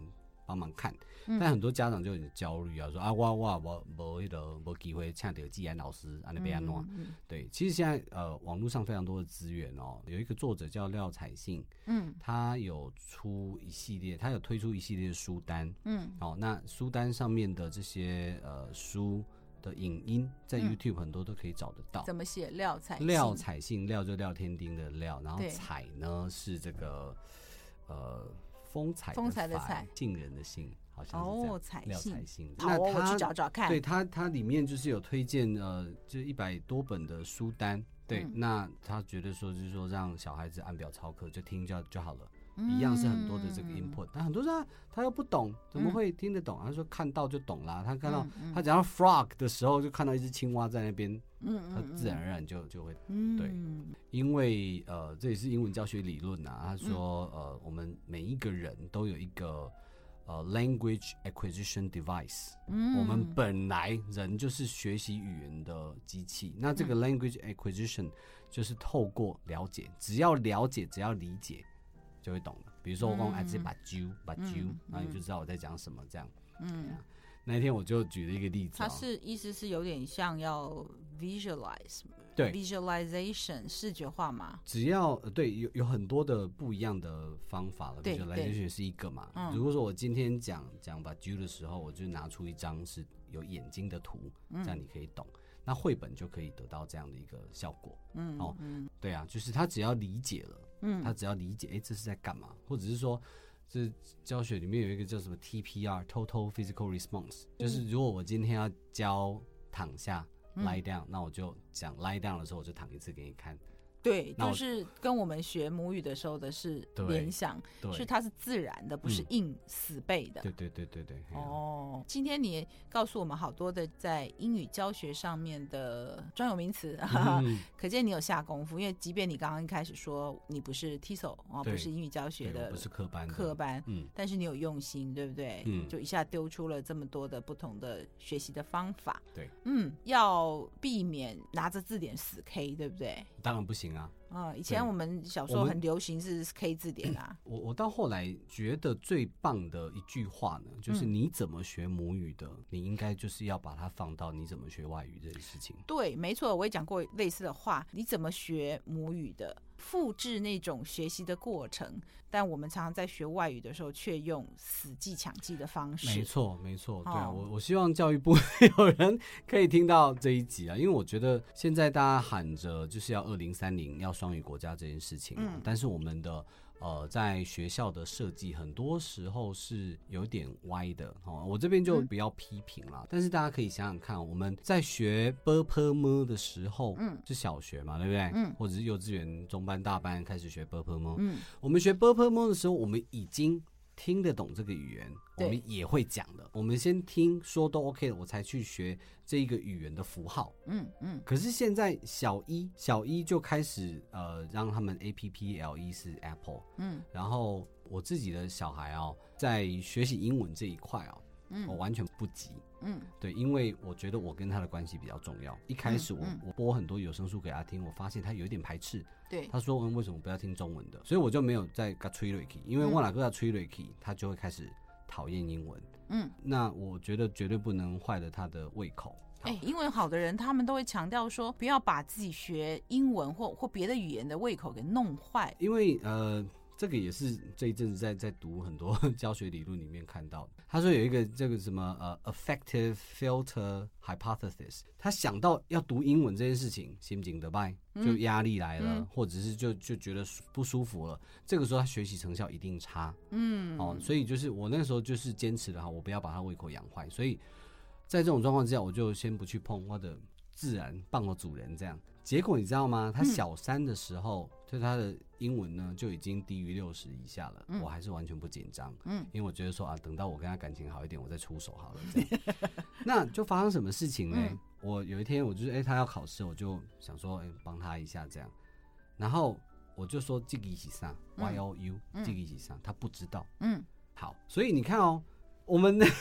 B: 帮忙看，
A: 嗯
B: 但很多家长就很焦虑啊，说啊，我我我我那个没机会请到季安老师，安尼被安
A: 嗯
B: 弄。
A: 嗯
B: 对，其实现在呃网络上非常多的资源哦，有一个作者叫廖彩信，
A: 嗯
B: 他有出一系列，他有推出一系列的书单，
A: 嗯
B: 哦，那书单上面的这些呃书的影音，在
A: 嗯
B: YouTube 很多都可以找得到。
A: 怎么写？廖彩
B: 廖
A: 信
B: 彩信，廖就廖天丁的廖，然后
A: 对
B: 彩呢是这个呃风采
A: 风采的
B: 采
A: 采
B: 杏仁的杏，好像是这样。
A: 哦，彩
B: 廖
A: 信
B: 彩。信，
A: 好哦，我去找找看。
B: 对它它里面就是有推荐呃，就一百多本的书单。对，
A: 嗯
B: 那他觉得说就是说让小孩子按表操课就听就就好了，
A: 嗯
B: 一样是很多的这个 input，、但很多人他他又不懂，怎
A: 嗯
B: 么会听得懂？他说看到就懂啦，他看到、他讲到 frog 的时候，就看到一只青蛙在那边，他自然而然就就会，
A: 嗯，
B: 对因为呃这也是英文教学理论啊，他说、呃我们每一个人都有一个呃 language acquisition device，
A: 嗯
B: 我们本来人就是学习语言的机器，那这个 language acquisition 就是透过了解，只要了解，只要理解，就会懂了。比如说我刚刚哎，这把揪把揪，然后你就知道我在讲什么这样。嗯，那一天我就举了一个例子、
A: 它
B: 哦，
A: 是意思是有点像要 visualize，
B: 对
A: visualization 视觉化嘛，
B: 只要呃对有有很多的不一样的方法了，
A: 对
B: visualization 是一个嘛。
A: 嗯
B: 如果说我今天讲讲把 j 的时候，我就拿出一张是有眼睛的图，
A: 嗯
B: 这样你可以懂。那绘本就可以得到这样的一个效果。
A: 嗯，
B: 哦
A: 嗯
B: 对啊，就是他只要理解了，
A: 嗯
B: 他只要理解，哎、这是在干嘛，或者是说，这教学里面有一个叫什么 TPR（Total Physical Response），就是
A: 嗯
B: 如果我今天要教躺下
A: 嗯
B: （lie down），、那我就讲 lie down 的时候，我就躺一次给你看。
A: 对，
B: 那
A: 就
B: 我
A: 是跟我们学母语的时候的是
B: 对
A: 联想，
B: 对，
A: 是它是自然的，不是
B: 嗯
A: 硬死背的。
B: 对对对对对。嘿啊，
A: 哦，今天你也告诉我们好多的在英语教学上面的专有名词，
B: 嗯
A: 可见你有下功夫。因为即便你刚刚一开始说你不是 TESOL 哦，
B: 对
A: 不是英语教学
B: 对，我
A: 的
B: 不是科班的
A: 科，班，
B: 嗯，
A: 但是你有用心，对不对？
B: 嗯
A: 就一下丢出了这么多的不同的学习的方法。
B: 对，
A: 嗯，要避免拿着字典死 K，对不对？
B: 当然不行啊。
A: 啊、以前
B: 对
A: 我们小时候
B: 我们
A: 很流行是 K 字典 啊，
B: 我我到后来觉得最棒的一句话呢，就是
A: 嗯
B: 你怎么学母语的，你应该就是要把它放到你怎么学外语这件事情。
A: 对，没错，我也讲过类似的话。你怎么学母语的？复制那种学习的过程，但我们常常在学外语的时候，却用死记强记的方
B: 没
A: 式。
B: 错，没错，对啊，
A: 哦
B: 我我希望教育部 有人可以听到这一集啊，因为我觉得现在大家喊着就是要二零三零要双语国家这件事情、啊，但是我们的。呃，在学校的设计很多时候是有点歪的哦，我这边就不要批评啦，但是大家可以想想看，我们在学 b p m 的时候，嗯，是小学嘛，对不对？嗯，或者是幼稚园中班、大班开始学 b p m 嗯，我们学 b p m 的时候，我们已经听得懂这个语言，我
A: 对
B: 们也会讲的。我们先听说都 OK 了，我才去学这一个语言的符号。
A: 嗯嗯，
B: 可是现在小一小一就开始呃，让他们 A P P L E 是 Apple，
A: 嗯，
B: 然后我自己的小孩哦，在学习英文这一块哦，嗯，我完全不急，
A: 嗯，
B: 对，因为我觉得我跟他的关系比较重要。一开始我、
A: 嗯
B: 我播很多有声书给他听，我发现他有一点排斥，
A: 对，
B: 他说嗯为什么不要听中文的？所以我就没有再跟他吹瑞奇，因为我哪个他吹瑞奇，他就会开始讨厌英文。
A: 嗯，
B: 那我觉得绝对不能坏了他的胃口。好
A: 哎、英文好的人，他们都会强调说，不要把自己学英文或或别的语言的胃口给弄坏。
B: 因为呃，这个也是这一阵子在在读很多 教学理论里面看到的。他说有一个这个什么呃 effective filter hypothesis，他想到要读英文这件事情，心情得败，就压力来了，或者是就就觉得舒不舒服了，这个时候他学习成效一定差。嗯，哦，所以就是我那时候就是坚持的哈，我不要把他胃口养坏，所以。在这种状况之下，我就先不去碰或者自然棒我主人这样。结果你知道吗？他小三的时候，就他的英文呢就已经低于六十以下了，我还是完全不紧张，嗯，因为我觉得说啊，等到我跟他感情好一点，我再出手好了。这样， 那就发生什么事情呢？我有一天我就是哎、他要考试，我就想说哎帮、他一下这样，然后我就说这个一起上 Y O U，这个一起上，他不知道，
A: 嗯，
B: 好，所以你看哦，我们的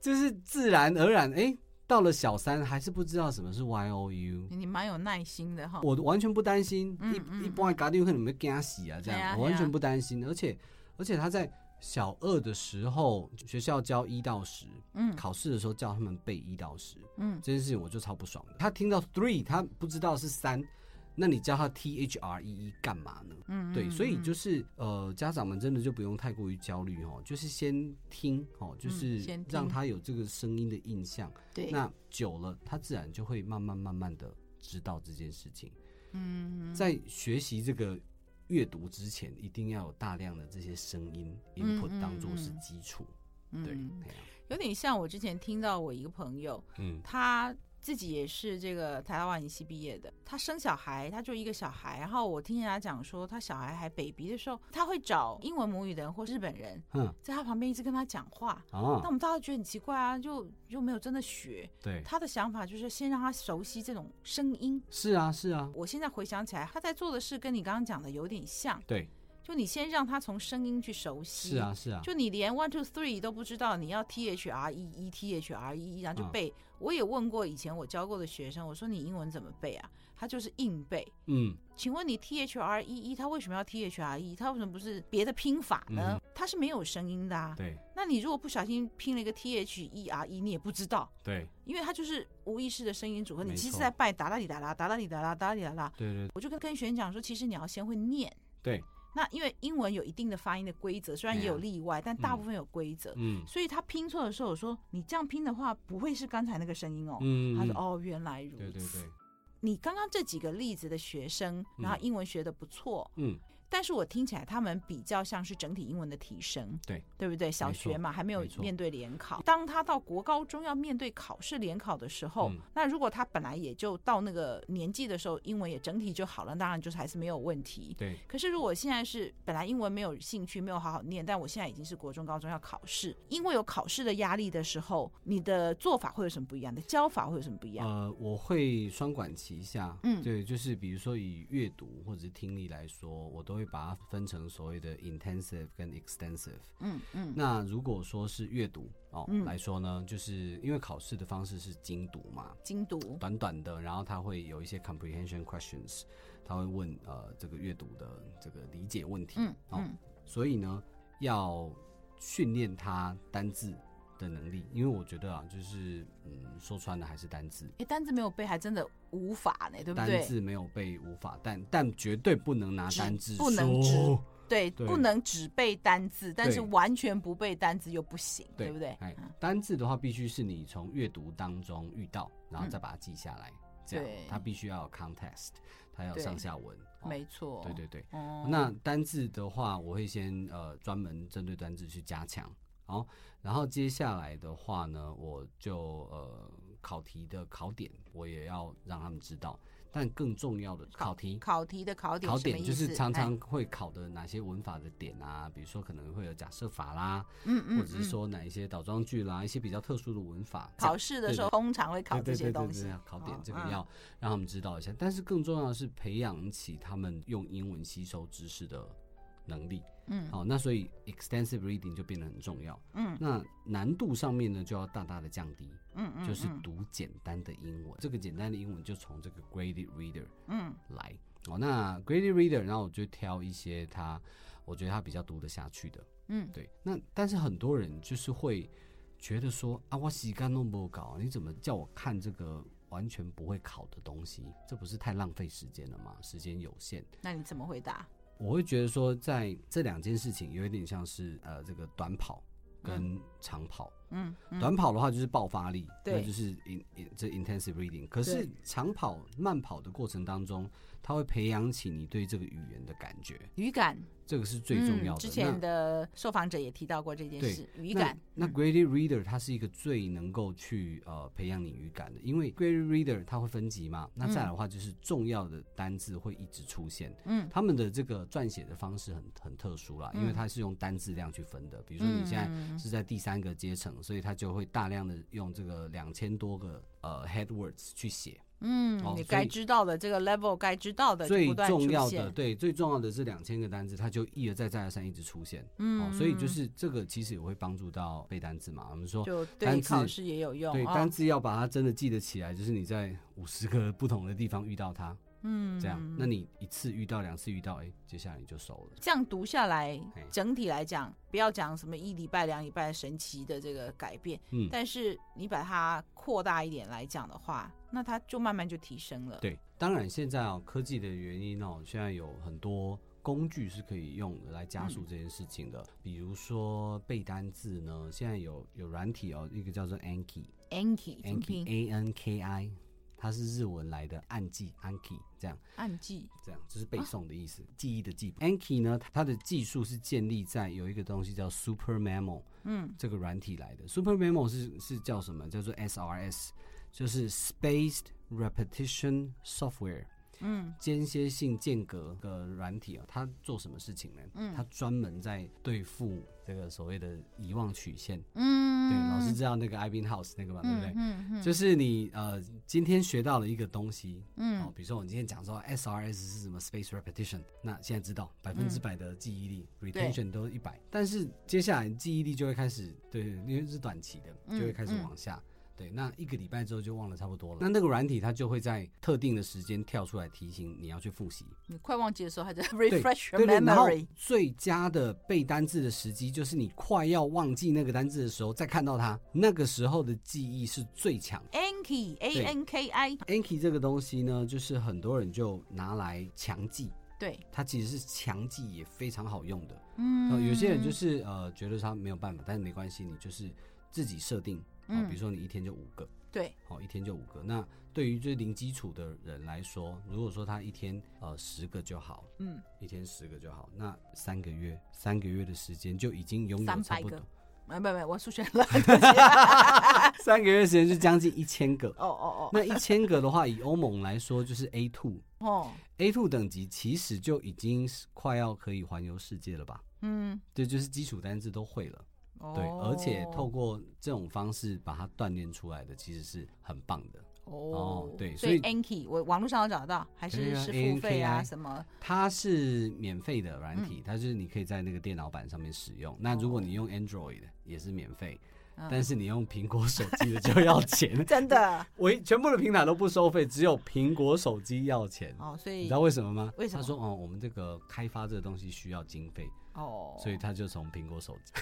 B: 就是自然而然，哎、到了小三还是不知道什么是 Y O U。
A: 你蛮有耐心的哈。
B: 我完全不担心，一一般家庭可能会惊死啊，这
A: 对啊
B: 样、
A: 对啊
B: 我完全不担心，而且而且他在小二的时候，学校教一到十，嗯，考试的时候叫他们背一到十，
A: 嗯
B: 嗯，这件事情我就超不爽的。他听到 three，他不知道是三，那你叫他 T H R E E 干嘛呢？嗯，对，所以就是呃，家长们真的就不用太过于焦虑哦，就是先听哦，就
A: 嗯
B: 是
A: 先听
B: 让他有这个声音的印象。
A: 对
B: 那久了，他自然就会慢慢慢慢的知道这件事情。嗯，在学习这个阅读之前，一定要有大量的这些声音
A: 嗯
B: input 当做是基础。对，哎呀
A: 有点像我之前听到我一个朋友，
B: 嗯
A: 他自己也是这个台大外语系毕业的，她生小孩，她就一个小孩，然后我听人家讲说，她小孩还 baby 的时候，她会找英文母语的人或日本人
B: 哼，
A: 在她旁边一直跟她讲话。那我
B: 哦，
A: 们大家觉得很奇怪啊，就就没有真的学。
B: 对，
A: 她的想法就是先让她熟悉这种声音。
B: 是啊，是啊，
A: 我现在回想起来，她在做的事跟你刚刚讲的有点像，
B: 对，
A: 就你先让她从声音去熟悉。
B: 是啊，是啊，
A: 就你连 one two three 都不知道，你要 t h r e e t h r e e，然后就
B: 嗯
A: 背。我也问过以前我教过的学生，我说你英文怎么背啊？他就是硬背。
B: 嗯，
A: 请问你 t h r e e，他为什么要 t h r e？他为什么不是别的拼法呢？它是没有声音的啊。
B: 嗯对，
A: 那你如果不小心拼了一个 t h e r e，你也不知道，
B: 对，
A: 因为它就是无意识的声音组合。你
B: 没
A: 其实
B: 错
A: 在拜达拉里达拉达拉里达拉达拉里达拉。
B: 对对
A: 我就跟跟学员讲说，其实你要先会念。
B: 对，
A: 那因为英文有一定的发音的规则，虽然也有
B: 哎呀
A: 例外，但大
B: 嗯
A: 部分有规则。
B: 嗯
A: 所以他拼错的时候，我说你这样拼的话，不会是刚才那个声音哦。
B: 嗯，
A: 他说
B: 嗯，
A: 哦，原来如此。
B: 对对对，
A: 你刚刚这几个例子的学生，
B: 嗯
A: 然后英文学的不错，
B: 嗯，
A: 但是我听起来他们比较像是整体英文的提升，
B: 对
A: 对不对？小学嘛，还没有
B: 没错
A: 面对联考。当他到国高中要面对考试联考的时候，
B: 嗯
A: 那如果他本来也就到那个年纪的时候，英文也整体就好了，当然就是还是没有问题。
B: 对，
A: 可是如果现在是本来英文没有兴趣，没有好好念，但我现在已经是国中、高中要考试，因为有考试的压力的时候，你的做法会有什么不一样？你的教法会有什么不一样？
B: 呃，我会双管齐下，
A: 嗯
B: 对，就是比如说以阅读或者是听力来说，我都会把它分成所谓的 intensive 跟 extensive。
A: 嗯嗯
B: 那如果说是阅读哦、
A: 嗯
B: 来说呢，就是因为考试的方式是精读嘛，
A: 精读，
B: 短短的，然后他会有一些 comprehension questions，他会问呃这个阅读的这个理解问题，
A: 嗯
B: 哦
A: 嗯
B: 所以呢要训练他单字的能力，因为我觉得啊，就是嗯说穿了还是单字，
A: 哎，单字没有背还真的无法呢，对不
B: 单
A: 对？
B: 字没有背无法，但但绝对不能拿
A: 只
B: 单字
A: 不能只
B: 说
A: 对，
B: 对
A: 不能只背单字，但是
B: 对
A: 完全不背单字又不行，对不对？
B: 哎
A: 嗯，
B: 单字的话必须是你从阅读当中遇到，然后
A: 嗯
B: 再把它记下来，这样
A: 对
B: 它必须要有 context，它要有
A: 对
B: 上下文。哦
A: 没错，
B: 对对对。
A: 哦，
B: 那单字的话，我会先呃专门针对单字去加强，好，然后接下来的话呢，我就呃考题的考点我也要让他们知道，但更重要的考题
A: 考题的考点
B: 考
A: 什么
B: 点
A: 意
B: 就
A: 思
B: 是常
A: 哎
B: 常会考的哪些文法的点啊，比如说可能会有假设法啦，
A: 嗯嗯，
B: 或者是
A: 嗯
B: 说哪一些倒装句啦，一些比较特殊的文法，这样
A: 考试的时候
B: 对
A: 通常会考这
B: 对对
A: 些
B: 对对
A: 东
B: 对
A: 西
B: 对，考点
A: 哦
B: 这个
A: 嗯
B: 要让他们知道一下。但是更重要的是培养起他们用英文吸收知识的能力。
A: 嗯
B: 好，那所以 extensive reading 就变得很重要。
A: 嗯
B: 那难度上面呢，就要大大的降低，
A: 嗯嗯，
B: 就是
A: 嗯
B: 读简单的英文。这个简单的英文就从这个 graded reader
A: 嗯
B: 来。哦，那 graded reader，然后我就挑一些他，我觉得他比较读得下去的。
A: 嗯
B: 对，那但是很多人就是会觉得说啊，我洗干弄不搞，你怎么叫我看这个完全不会考的东西？这不是太浪费时间了吗？时间有限，
A: 那你怎么回答？
B: 我会觉得说，在这两件事情有一点像是呃，这个短跑跟长跑。
A: 嗯，嗯
B: 短跑的话就是爆发力，
A: 对
B: 那就是 in, in 这 intensive reading。可是
A: 对
B: 长跑、慢跑的过程当中，它会培养起你对这个语言的感觉，
A: 语感
B: 这个是最重
A: 嗯
B: 要的。
A: 之
B: 那
A: 前的受访者也提到过这件
B: 对
A: 事，语感。
B: 那那
A: 嗯
B: graded reader 它是一个最能够去呃培养你语感的，因为 graded reader 它会分
A: 嗯
B: 级嘛。那再来的话就是重要的单字会一直出现。
A: 嗯，
B: 他们的这个撰写的方式很很特殊啦，因为它是用单字量去分的。比如说你现在
A: 嗯
B: 是在第三个阶层，所以它就会大量的用这个两千多个呃 head words 去写。
A: 嗯，
B: 哦
A: 你
B: 所以
A: 该知道的这个 level 该知道的就
B: 最
A: 不断
B: 重
A: 出
B: 要的
A: 现，
B: 对最重要的这两千个单字，它就一而再再而三一直出现。
A: 嗯
B: 哦，所以就是这个其实也会帮助到背单字嘛。我们说
A: 嗯就对
B: 单
A: 考
B: 字
A: 试也有用
B: 对，
A: 哦
B: 单字要把它真的记得起来，就是你在五十个不同的地方遇到它，
A: 嗯
B: 这样，那你一次遇到，两次遇到，哎、接下来你就熟了。
A: 这样读下来
B: 哎，
A: 整体来讲，不要讲什么一礼拜、两礼拜神奇的这个改变，
B: 嗯，
A: 但是你把它扩大一点来讲的话，那它就慢慢就提升了。
B: 对，当然现在哦，科技的原因哦，现在有很多工具是可以用的来加
A: 嗯
B: 速这件事情的，比如说背单字呢，现在有有软体哦，一个叫做 Anki。
A: Anki 怎么
B: Anki
A: 拼？
B: A N K I，它是日文来的暗记 Anki，这样
A: 暗记
B: 这样就是背诵的意思，记忆的记。Anki 呢，它的技术是建立在有一个东西叫 Super Memo，
A: 嗯，
B: 这个软体来的。Super Memo 是是叫什么？叫做 SRS。就是 Spaced Repetition Software。
A: 嗯
B: 间歇性间隔的软体啊，它做什么事情呢？
A: 嗯
B: 它专门在对付这个所谓的遗忘曲线。
A: 嗯，
B: 对，老师知道那个 Ibinhouse 那个嘛，对不对？
A: 嗯嗯，
B: 就是你呃，今天学到了一个东西，
A: 嗯
B: 哦，比如说我们今天讲说 SRS 是什么 space repetition，那现在知道百分之百的记忆力、retention
A: 嗯
B: 都一百，但是接下来记忆力就会开始，对，因为是短期的，
A: 嗯
B: 就会开始往下。对，那一个礼拜之后就忘了差不多了。那那个软体它就会在特定的时间跳出来提醒你要去复习。
A: 你快忘记的时候，还在
B: 对
A: refresh your
B: 对对，然后
A: memory。
B: 最佳的背单字的时机就是你快要忘记那个单字的时候，再看到它，那个时候的记忆是最强的
A: Anki A
B: 对
A: N K I，
B: Anki 这个东西呢，就是很多人就拿来强记，
A: 对，
B: 它其实是强记也非常好用的。
A: 嗯
B: 呃，有些人就是呃觉得他没有办法，但是没关系，你就是自己设定，哦
A: 嗯
B: 比如说你一天就五个，
A: 对，
B: 哦，一天就五个。那对于最零基础的人来说，如果说他一天呃十个就好，
A: 嗯，
B: 一天十个就好，那三个月三个月的时间就已经拥有
A: 300
B: 差不多
A: 个没没没，我数学 烂。
B: 三个月的时间就将近一千个。
A: 哦哦
B: 那一千个的话，以欧盟来说就是 A two。
A: 哦，哦，
B: A two 等级其实就已经是快要可以环游世界了吧？
A: 嗯，
B: 对，就是基础单字都会了，对，
A: 哦
B: 而且透过这种方式把它锻炼出来的，其实是很棒的。
A: 哦
B: 哦，对
A: 所
B: 所
A: 以
B: 以
A: Anki 我网络上有找得到，还
B: 可以
A: 是
B: 啊
A: 是付费啊
B: ANKI
A: 什么？
B: 它是免费的软
A: 嗯
B: 体，它就是你可以在那个电脑版上面使用。那如果你用 Android 的也是免费，
A: 哦嗯。
B: 但是你用苹果手机的就要 钱
A: 真的
B: 我一全部的平台都不收费，只有苹果手机要钱。
A: 哦，所
B: 你
A: 以
B: 知道为什么吗？
A: 为什么
B: 他说：“哦，我们这个开发这个东西需要经费，
A: 哦，
B: 所以他就从苹果手机。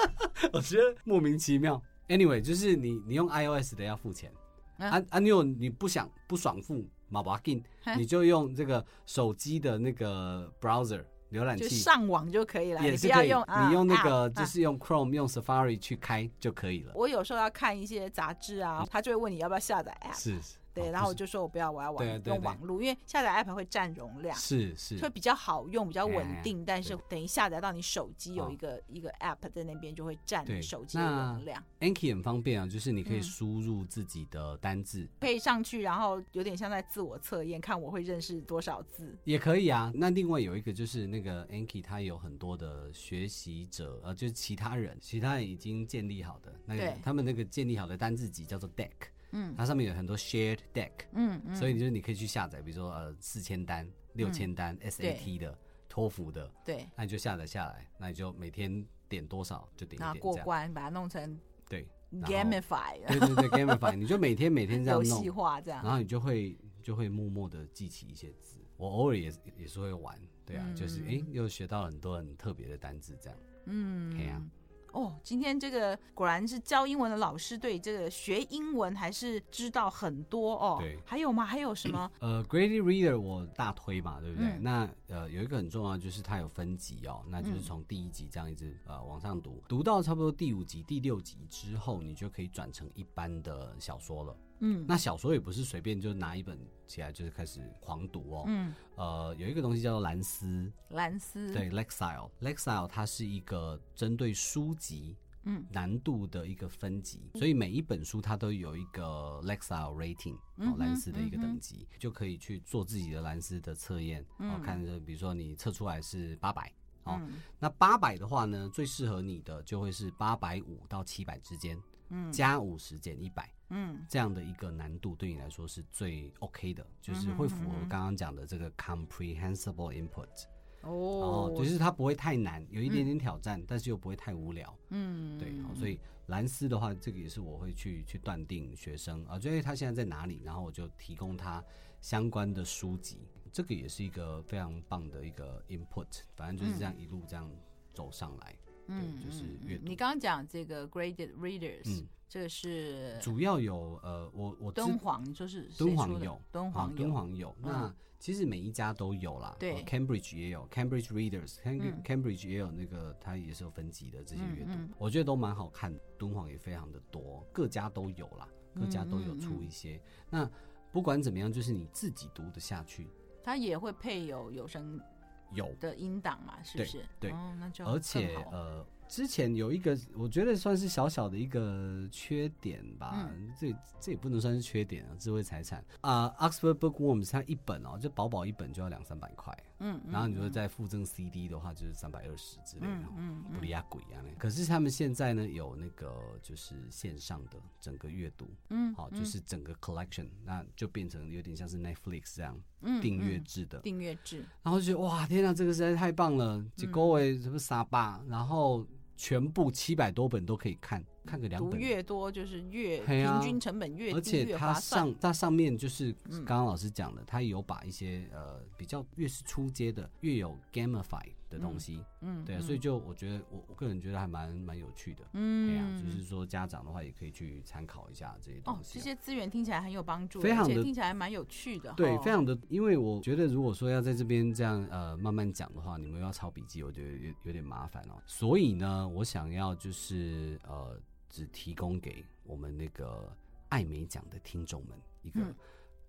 B: 我觉得莫名其妙。Anyway，就是你你用 iOS 的要付钱，
A: 嗯
B: 啊啊，你有你不想不爽付，马巴金
A: 嘿，
B: 你就用这个手机的那个 browser 浏览
A: 就
B: 器。
A: 上网就可以了，
B: 也
A: 你不
B: 是
A: 要
B: 可以，
A: 用，啊
B: 你用那个
A: app，
B: 就
A: 啊
B: 是用 Chrome、用 Safari 去开就可以了。
A: 我有时候要看一些杂志啊，他就会问你要不要下载 app，
B: 嗯是，是
A: 对，
B: 哦
A: 然后
B: 不
A: 我就说我不要，我要网
B: 对对对
A: 用网络，因为下载 app 会占容量，
B: 是是
A: 会比较好用，比较稳定，
B: 哎
A: 但是等于下载到你手机有
B: 哦
A: 一个一个 app 在那边就会占你
B: 对
A: 手机的
B: 那
A: 容量，
B: Anki 很方便啊，就是你可以
A: 嗯
B: 输入自己的单字，
A: 可以上去，然后有点像在自我测验，看我会认识多少字。
B: 也可以啊。那另外有一个就是那个 Anki，它有很多的学习者，呃，就是其他人，其他人已经建立好的那个
A: 对，
B: 他们那个建立好的单字集叫做 Deck，
A: 嗯
B: 它上面有很多 Shared Deck，、
A: 嗯嗯，
B: 所以就是你可以去下载，比如说呃四千单、六千单、SAT 的、托福的，
A: 对，
B: 那你就下载下来，那你就每天点多少就点
A: 然
B: 一
A: 后
B: 点
A: 过
B: 这样，
A: 关，把它弄成
B: 对，然后
A: gamify
B: 对对对 Gamify，你就每天每天这
A: 游
B: 样
A: 戏
B: 弄，
A: 化这样
B: 然。后你就会就会默默的记起一些字。我偶尔也是也是会玩，对啊，
A: 嗯
B: 就是哎、诶又学到很多很特别的单字，这样，嗯，对啊，
A: 哦，今天这个果然是教英文的老师对这个学英文还是知道很多哦。
B: 对
A: 还有吗？还有什么？
B: 呃，Grady Reader 我大推嘛，对不对？
A: 嗯
B: 那呃有一个很重要就是它有分级哦，那就是从第一集这样一直呃往上读，读到差不多第五集、第六集之后，你就可以转成一般的小说了。
A: 嗯
B: 那小说也不是随便就拿一本起来就是开始狂读哦，
A: 嗯，
B: 呃，有一个东西叫做蓝思，
A: 蓝斯
B: 对，Lexile，Lexile 它是一个针对书籍
A: 嗯
B: 难度的一个分级，所以每一本书它都有一个 Lexile rating，
A: 嗯
B: 哦
A: 哼，
B: 蓝斯的一个
A: 嗯哼
B: 等级，就可以去做自己的蓝斯的测验，哦
A: 嗯，
B: 看着比如说你测出来是八百。哦，
A: 嗯
B: 那八百的话呢，最适合你的就会是八百五到七百之间，
A: 嗯
B: 加五十减一百
A: 嗯
B: 这样的一个难度，对你来说是最 OK 的，
A: 嗯
B: 就是会符合刚刚讲的这个 comprehensible input。
A: 哦
B: 哦，，就是它不会太难，有一点点挑战，但是又不会太无聊。
A: 嗯
B: 对，哦所以蓝思的话，这个也是我会去去断定学生啊，就是他现在在哪里，然后我就提供他相关的书籍，这个也是一个非常棒的一个 input。反正就是这样一路这样走上来，
A: 嗯，
B: 对，就是
A: 嗯嗯
B: 阅读。
A: 你刚刚讲这个 graded readers，
B: 嗯
A: 这个是
B: 主要有呃，我我知
A: 敦煌，你说是谁
B: 敦
A: 出
B: 煌
A: 的
B: 有，
A: 敦
B: 啊
A: 煌有嗯
B: 敦煌有。那其实每一家都有啦，
A: 对
B: 哦，Cambridge 也有，Cambridge Readers，
A: 嗯
B: Cam- Cambridge 也有那个，它也是有分级的这些阅读
A: 嗯嗯，
B: 我觉得都蛮好看的。敦煌也非常的多，各家都有啦，各家都有
A: 嗯嗯
B: 出
A: 嗯
B: 一些。那不管怎么样，就是你自己读得下去，
A: 它也会配有有声
B: 有，
A: 的音档嘛，是不
B: 对
A: 是？
B: 对
A: 哦，那就
B: 而
A: 更
B: 且
A: 好
B: 呃，之前有一个，我觉得算是小小的一个缺点吧，
A: 嗯
B: 这这也不能算是缺点啊，智慧财产啊、o x f o r d Bookworms 它一本哦，就薄薄一本就要两三百块，
A: 嗯，嗯
B: 然后你说再附赠 CD 的话就是三百二十之类的
A: 嗯
B: 哦，
A: 嗯
B: 不离啊鬼啊那。可是他们现在呢有那个就是线上的整个阅读，
A: 嗯，
B: 好、
A: 嗯
B: 就是整个 collection，那就变成有点像是 Netflix 这样
A: 嗯
B: 订阅
A: 嗯
B: 制的，
A: 订阅制，
B: 然后就觉得哇，天啊，这个实在太棒了！
A: 嗯
B: 几个位什么沙巴，然后全部七百多本都可以看，看个两
A: 读
B: 本。
A: 越多就是越
B: 嘿啊
A: 平均成本越
B: 而
A: 低
B: 且
A: 越
B: 它
A: 划算。
B: 上它上面就是
A: 嗯
B: 刚刚老师讲的，它有把一些呃比较越是出街的越有 gamify 的东西，
A: 嗯，
B: 对啊，
A: 嗯
B: 所以就我觉得我我个人觉得还蛮蛮有趣的。哎呀、
A: 嗯，
B: 就是说家长的话也可以去参考一下这些东
A: 哦，
B: 西
A: 这
B: 啊、
A: 些资源听起来很有帮助，
B: 非常
A: 而且
B: 地
A: 听起来蛮有趣的。
B: 对，
A: 哈
B: 非常的，因为我觉得如果说要在这边这样呃慢慢讲的话，你们又要抄笔记，我觉得有有点麻烦哦。所以呢，我想要就是呃，只提供给我们那个艾美奖的听众们一个、
A: 嗯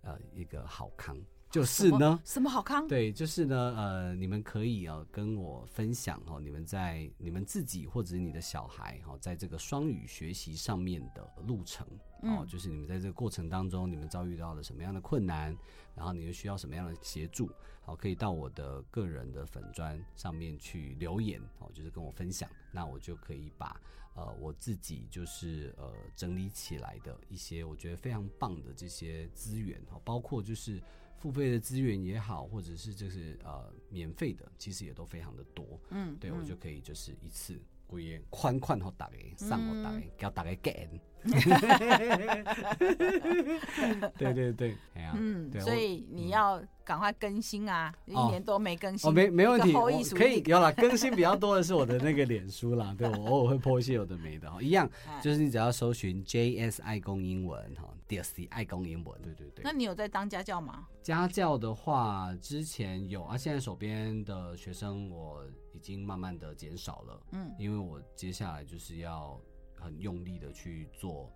B: 呃一个好康，就
A: 什
B: 是
A: 么
B: 呢，
A: 什么好康？
B: 对，就是呢，呃，你们可以呃跟我分享哦，你们在你们自己或者是你的小孩哈、哦，在这个双语学习上面的路程哦，
A: 嗯
B: 就是你们在这个过程当中，你们遭遇到了什么样的困难，然后你们需要什么样的协助，好、可以到我的个人的粉砖上面去留言哦，就是跟我分享，那我就可以把呃我自己就是呃整理起来的一些我觉得非常棒的这些资源哦，包括就是付费的资源也好，或者是就是呃免费的，其实也都非常的多。
A: 嗯，
B: 对、
A: 嗯
B: 我就可以就是一次。规个宽宽好打给上好打
A: 嗯
B: 给，给大家 get。对对对，哎呀、
A: 嗯，
B: 对
A: 所
B: 我
A: 以你要赶快更新啊！一年多没更新，
B: 哦，没没问
A: 一
B: 题，
A: 个后
B: 我
A: 羿蜀
B: 可以
A: 地
B: 有啦。更新比较多的是我的那个脸书啦，对我偶尔会 po 一些有的没的哈，一样
A: 哎
B: 就是你只要搜寻 JS 爱公英文哈，DSC 爱公英文，对对对
A: 那。你有在当家教吗？
B: 家教的话，之前有啊，现在手边的学生我已经慢慢的减少了，
A: 嗯
B: 因为我接下来就是要很用力的去做。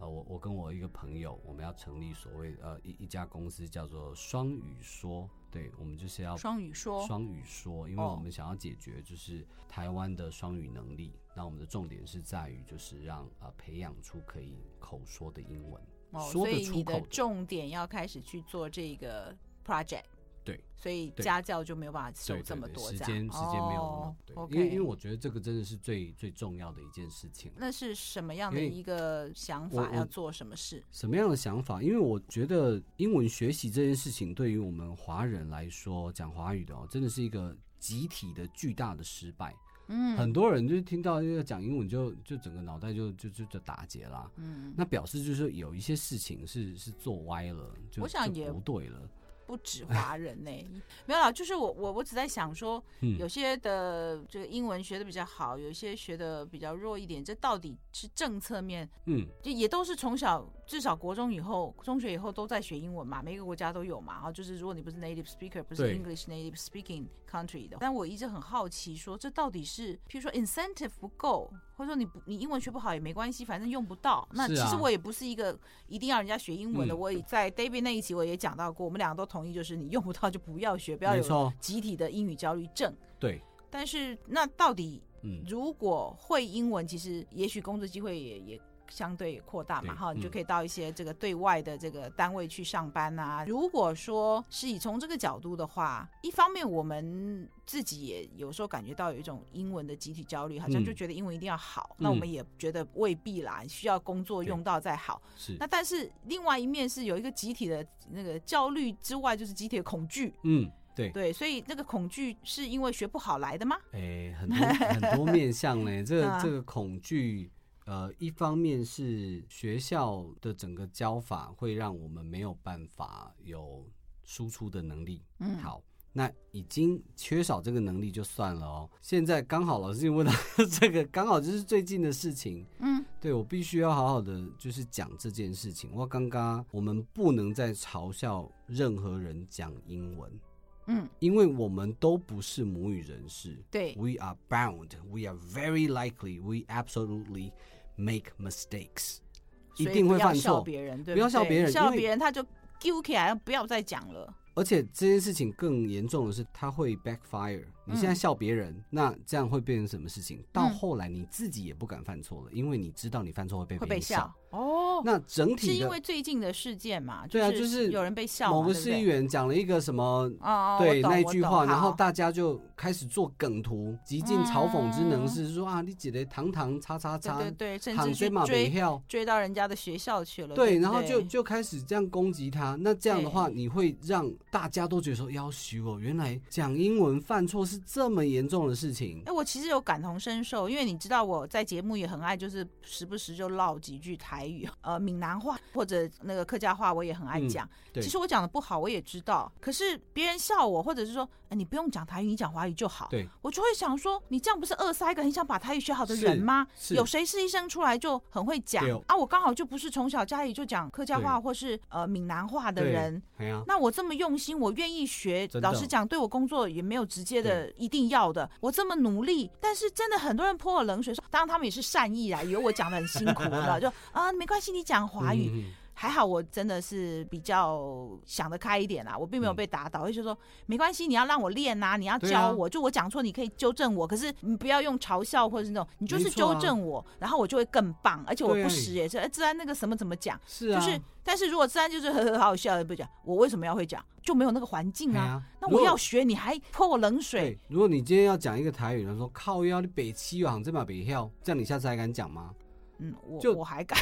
B: 呃，我我跟我一个朋友，我们要成立所谓呃一一家公司叫做双语说，对，我们就是要
A: 双语说，
B: 双语说，因为
A: 哦
B: 我们想要解决就是台湾的双语能力，那我们的重点是在于就是让呃培养出可以口说的英文，
A: 哦，
B: 说
A: 所
B: 得
A: 以
B: 出
A: 你
B: 口
A: 的
B: 的。
A: 重点要开始去做这个 project。
B: 对，
A: 所以
B: 对
A: 家教就没有办法收
B: 对
A: 这
B: 对
A: 么
B: 对，
A: 多，
B: 时
A: 这样
B: 间时间没有那么
A: 哦
B: 对，因为
A: OK，
B: 因为我觉得这个真的是最最重要的一件事情。
A: 那是什么样的
B: 因为
A: 一个想
B: 我
A: 法？
B: 我
A: 要做什么事？
B: 什么样的想法？因为我觉得英文学习这件事情，对于我们华人来说，讲华语的哦，真的是一个集体的巨大的失败。
A: 嗯
B: 很多人就是听到这个讲英文就就整个脑袋就就就就打结啦。
A: 嗯，
B: 那表示就是有一些事情是是做歪了，就
A: 我想
B: 就
A: 也
B: 不对了。
A: 不止华人呢、 没有啦，就是我我我只在想说，
B: 嗯
A: 有些的这个英文学的比较好，有一些学的比较弱一点，这到底是政策面？
B: 嗯，
A: 就也都是从小至少国中以后、中学以后都在学英文嘛，每个国家都有嘛。然后就是如果你不是 native speaker，不是
B: 对
A: English native speaking country 的，但我一直很好奇说，这到底是譬如说 incentive 不够，或者说你不你英文学不好也没关系，反正用不到。那
B: 是
A: 其
B: 啊
A: 实我也不是一个一定要人家学英文的。
B: 嗯
A: 我也在 David 那一集我也讲到过，我们两个都同意，就是你用不到就不要学，不要
B: 没
A: 有
B: 错，
A: 集体的英语焦虑症。
B: 对，
A: 但是那到底
B: 嗯，
A: 如果会英文，其实也许工作机会也也相对扩大嘛，
B: 对
A: 哈，
B: 嗯
A: 你就可以到一些这个对外的这个单位去上班啊。如果说是以从这个角度的话，一方面我们自己也有时候感觉到有一种英文的集体焦虑，好像
B: 嗯
A: 就觉得英文一定要好，那我们也觉得未必啦，需要工作
B: 对
A: 用到再好。
B: 是
A: 那，但是另外一面是有一个集体的那个焦虑之外，就是集体的恐惧。
B: 嗯，对，
A: 对，所以那个恐惧是因为学不好来的吗？
B: 哎、很多很多面向呢。这个
A: 啊
B: 这个恐惧，呃，一方面是学校的整个教法会让我们没有办法有输出的能力。
A: 嗯
B: 好。那已经缺少这个能力就算了哦。现在刚好老师问到这个，刚好就是最近的事情。
A: 嗯，
B: 对我必须要好好的就是讲这件事情。我刚刚我们不能再嘲笑任何人讲英文，
A: 嗯，
B: 因为我们都不是母语人士。
A: 对，
B: We are bound. We are very likely. We absolutely make mistakes. 一
A: 所以
B: 定会
A: 不要
B: 犯
A: 笑
B: 错。
A: 别人，对
B: 不要
A: 对
B: 笑别人
A: 笑
B: 因为
A: 别人他就揪起来，不要再讲了。
B: 而且这件事情更严重的是，它会 backfire，你现在笑别人，
A: 嗯
B: 那这样会变成什么事情？到后来你自己也不敢犯错了，因为你知道你犯错会被
A: 会
B: 别
A: 被
B: 人
A: 笑。哦。
B: 那整
A: 是
B: 体
A: 因
B: 的
A: 为最近的事件嘛？
B: 对啊就是
A: 有人被笑嘛，
B: 某个
A: 对不
B: 市
A: 对
B: 议员讲了一个什么
A: 哦，哦
B: 对
A: 我懂
B: 那一句
A: 我懂
B: 话，然后
A: 好
B: 大家就开始做梗图，极尽嘲讽之能事，说啊，你姐姐堂堂叉叉叉，
A: 嗯对对对，甚
B: 躺
A: 至
B: 飞
A: 去
B: 马尾
A: 追
B: 跳，
A: 追到人家的学校去了。
B: 对，
A: 不
B: 然后就
A: 对
B: 就开始这样攻击他。那这样的话，你会让大家都觉得说，哎要许我哦原来讲英文犯错是这么严重的事情
A: 哎、。我其实有感同身受，因为你知道我在节目也很爱，就是时不时就唠几句台语、呃闽南话或者那个客家话，我也很爱
B: 嗯
A: 讲。
B: 对
A: 其实我讲的不好，我也知道，可是别人笑我，或者是说、哎你不用讲台语，你讲华语就好。
B: 对，
A: 我就会想说，你这样不是扼杀一个很想把台语学好的人
B: 是
A: 吗？
B: 是
A: 有谁是一生出来就很会讲
B: 对哦
A: 啊？我刚好就不是从小家里就讲客家
B: 对
A: 话或是呃闽南话的
B: 对
A: 人，
B: 哎呀，
A: 那我这么用心，我愿意学，
B: 真的
A: 老实讲，对我工作也没有直接的一定要的。我这么努力，但是真的很多人泼我冷水，说当然他们也是善意啦，以为我讲的很辛苦了， 就啊没关系，你讲华语。
B: 嗯
A: 还好我真的是比较想得开一点啊啦，我并没有
B: 嗯
A: 被打倒，而且说没关系，你要让我练啊，你要
B: 对
A: 教
B: 啊
A: 我，就我讲错你可以纠正我，可是你不要用嘲笑或者是那种，你就是
B: 没错
A: 纠
B: 啊
A: 正我，然后我就会更棒，而且我
B: 对啊
A: 不识也是，哎，自然那个什么怎么讲。
B: 是啊，
A: 就是，但是如果自然就是很很好笑，也不讲，我为什么要会讲？就没有那个环境
B: 哎
A: 啊。
B: 呀
A: 那
B: 如
A: 我
B: 果
A: 要学，你还泼我冷水，
B: 对，如果你今天要讲一个台语，他说靠腰，你北七往这马北跳，这样你下次还敢讲吗？
A: 嗯，我
B: 就
A: 我还 敢？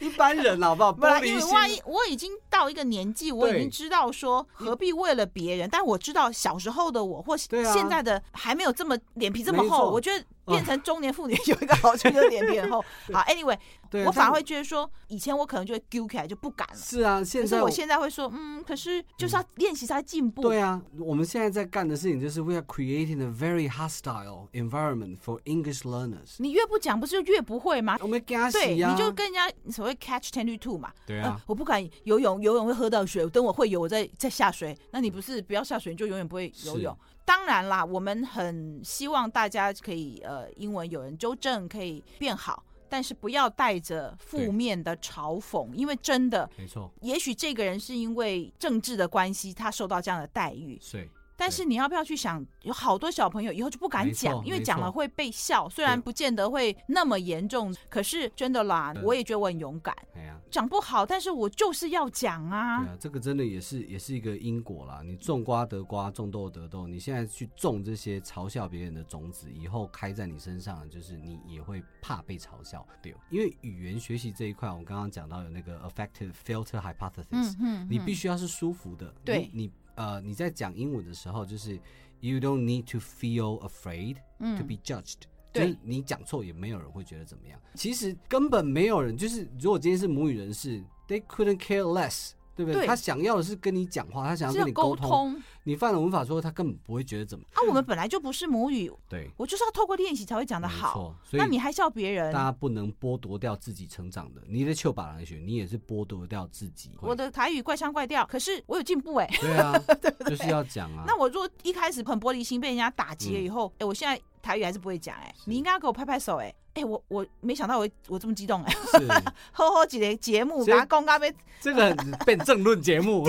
B: 一般人好不好？
A: 哎不然
B: 玻
A: 因
B: 璃
A: 为
B: 心
A: 万一我已经到一个年纪，我已
B: 对
A: 经知道说何必为了别人，但我知道小时候的我或
B: 对啊
A: 现在的还没有这么脸皮这么
B: 没
A: 厚，
B: 错
A: 我觉得变成中年妇女有一个好处就是脸皮很厚。好，anyway，
B: 对啊，
A: 我反而
B: 但
A: 会觉得说，以前我可能就会揪起来就不敢了，
B: 是啊，
A: 可
B: 现
A: 是
B: 在
A: 我现在会说，嗯，可是就是要练习才进步。
B: 对啊，我们现在在干的事情就是 we are creating a very hostile environment for English learners。
A: 你越不讲，不是就越不会吗？
B: 我们给他
A: 嗯对，
B: 洗
A: 你
B: 呀，
A: 就跟人家所谓 catch twenty two 嘛。
B: 对啊
A: 呃，我不敢游泳，游泳会喝到水，等我会游，我再再下水。那你不是不要下水，你就永远不会游
B: 是
A: 泳。当然啦，我们很希望大家可以呃，英文有人纠正，可以变好，但是不要带着负
B: 对
A: 面的嘲讽，因为真的，
B: 没错，
A: 也许这个人是因为政治的关系，他受到这样的待遇，
B: 水
A: 但是你要不要去想，有好多小朋友以后就不敢
B: 没错
A: 讲，因为
B: 没
A: 讲了
B: 错
A: 会被笑。虽然
B: 对
A: 不见得会那么严重，可是真的啦，
B: 嗯
A: 我也觉得我很勇敢。
B: 哎呀。
A: 讲不好，但是我就是要讲
B: 对
A: 啊。
B: 啊，这个真的也是也是一个因果啦。你种瓜得瓜，种豆得豆。你现在去种这些嘲笑别人的种子，以后开在你身上，就是你也会怕被嘲笑。对，哦因为语言学习这一块，我刚刚讲到有那个 affective filter hypothesis，、
A: 嗯
B: 你必须要是舒服的。
A: 对
B: 你你呃，你在讲英文的时候，就是 you don't need to feel afraid to be judged、
A: 嗯
B: 就
A: 对
B: 是你讲错也没有人会觉得怎么样。其实根本没有人，就是如果今天是母语人士，they couldn't care less，对不对？
A: 对
B: 他想要的是跟你讲话，他想
A: 是要
B: 要跟你
A: 沟
B: 通。
A: 通
B: 你犯了文法错，他根本不会觉得怎么。
A: 啊。我们本来就不是母语，
B: 对，
A: 我就是要透过练习才会讲得
B: 没
A: 好。
B: 错。所
A: 那
B: 以
A: 你还笑别人
B: 大？家不能剥夺掉自己成长的，你的丘把狼学，你也是剥夺掉自己。
A: 我的台语怪腔怪调，可是我有进步哎、
B: 对啊， 就是要讲啊。
A: 那我如果一开始很玻璃心，被人家打击了以后，哎、我现在台语还是不会讲哎、
B: 嗯是
A: 你应该要给我拍拍手哎、哎、我我没想到我我这么激动哎、
B: 是。
A: 呵呵几个节目，
B: 所以
A: 把它公告被
B: 这个很变政论节 目，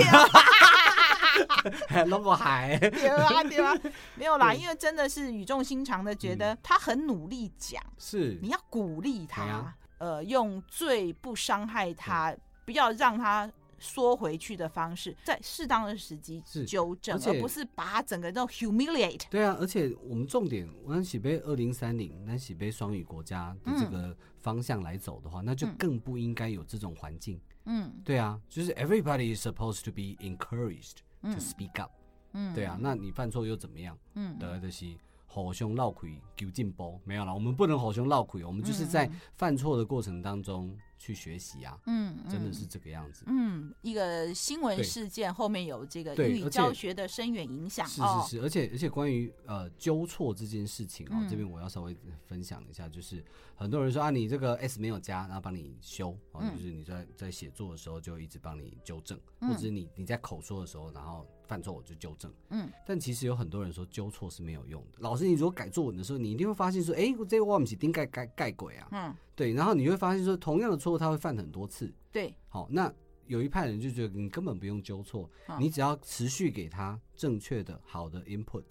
B: 那么嗨，
A: 丢啊丢 啊，没有啦，
B: 对
A: 因为真的是语重心长的觉得他很努力讲，
B: 是
A: 你要鼓励他，
B: 对啊
A: 呃，用最不伤害他，不要让他缩回去的方式，在适当的时机
B: 是
A: 纠正，
B: 而且
A: 而不是把他整个都 humiliate。
B: 对啊，而且我们重点，南喜杯二零三零、南喜杯双语国家的这个方向来走的话，那就更不应该有这种环境。
A: 嗯
B: 对啊，就是 everybody is supposed to be encouraged
A: 嗯
B: to speak up。
A: 嗯
B: 对啊，那你犯错又怎么样？
A: 嗯
B: 得的是吼熊闹鬼丢进包没有啦，我们不能吼熊闹鬼，我们就是在犯错的过程当中去学习啊，
A: 嗯
B: 真的是。这个样子。
A: 嗯，一个新闻
B: 对
A: 事件后面有这个
B: 对
A: 英语
B: 而且
A: 教学的深远影响
B: 是
A: 哦
B: 是，是，而且而且关于呃纠错这件事情哦，
A: 嗯
B: 这边我要稍微分享一下，就是很多人说啊，你这个 s 没有加，然后帮你修，哦，
A: 嗯
B: 就是你在在写作的时候就一直帮你纠正，或者是你你在口说的时候，然后犯错我就纠正。
A: 嗯，
B: 但其实有很多人说纠错是没有用的。老师，你如果改作文的时候，你一定会发现说，哎、我这个我不是顶盖盖盖鬼啊，
A: 嗯，
B: 对，然后你会发现说，同样的错误他会犯很多次。
A: 对，
B: 好，那有一派人就觉得你根本不用纠错，
A: 嗯
B: 你只要持续给他正确的好的 input，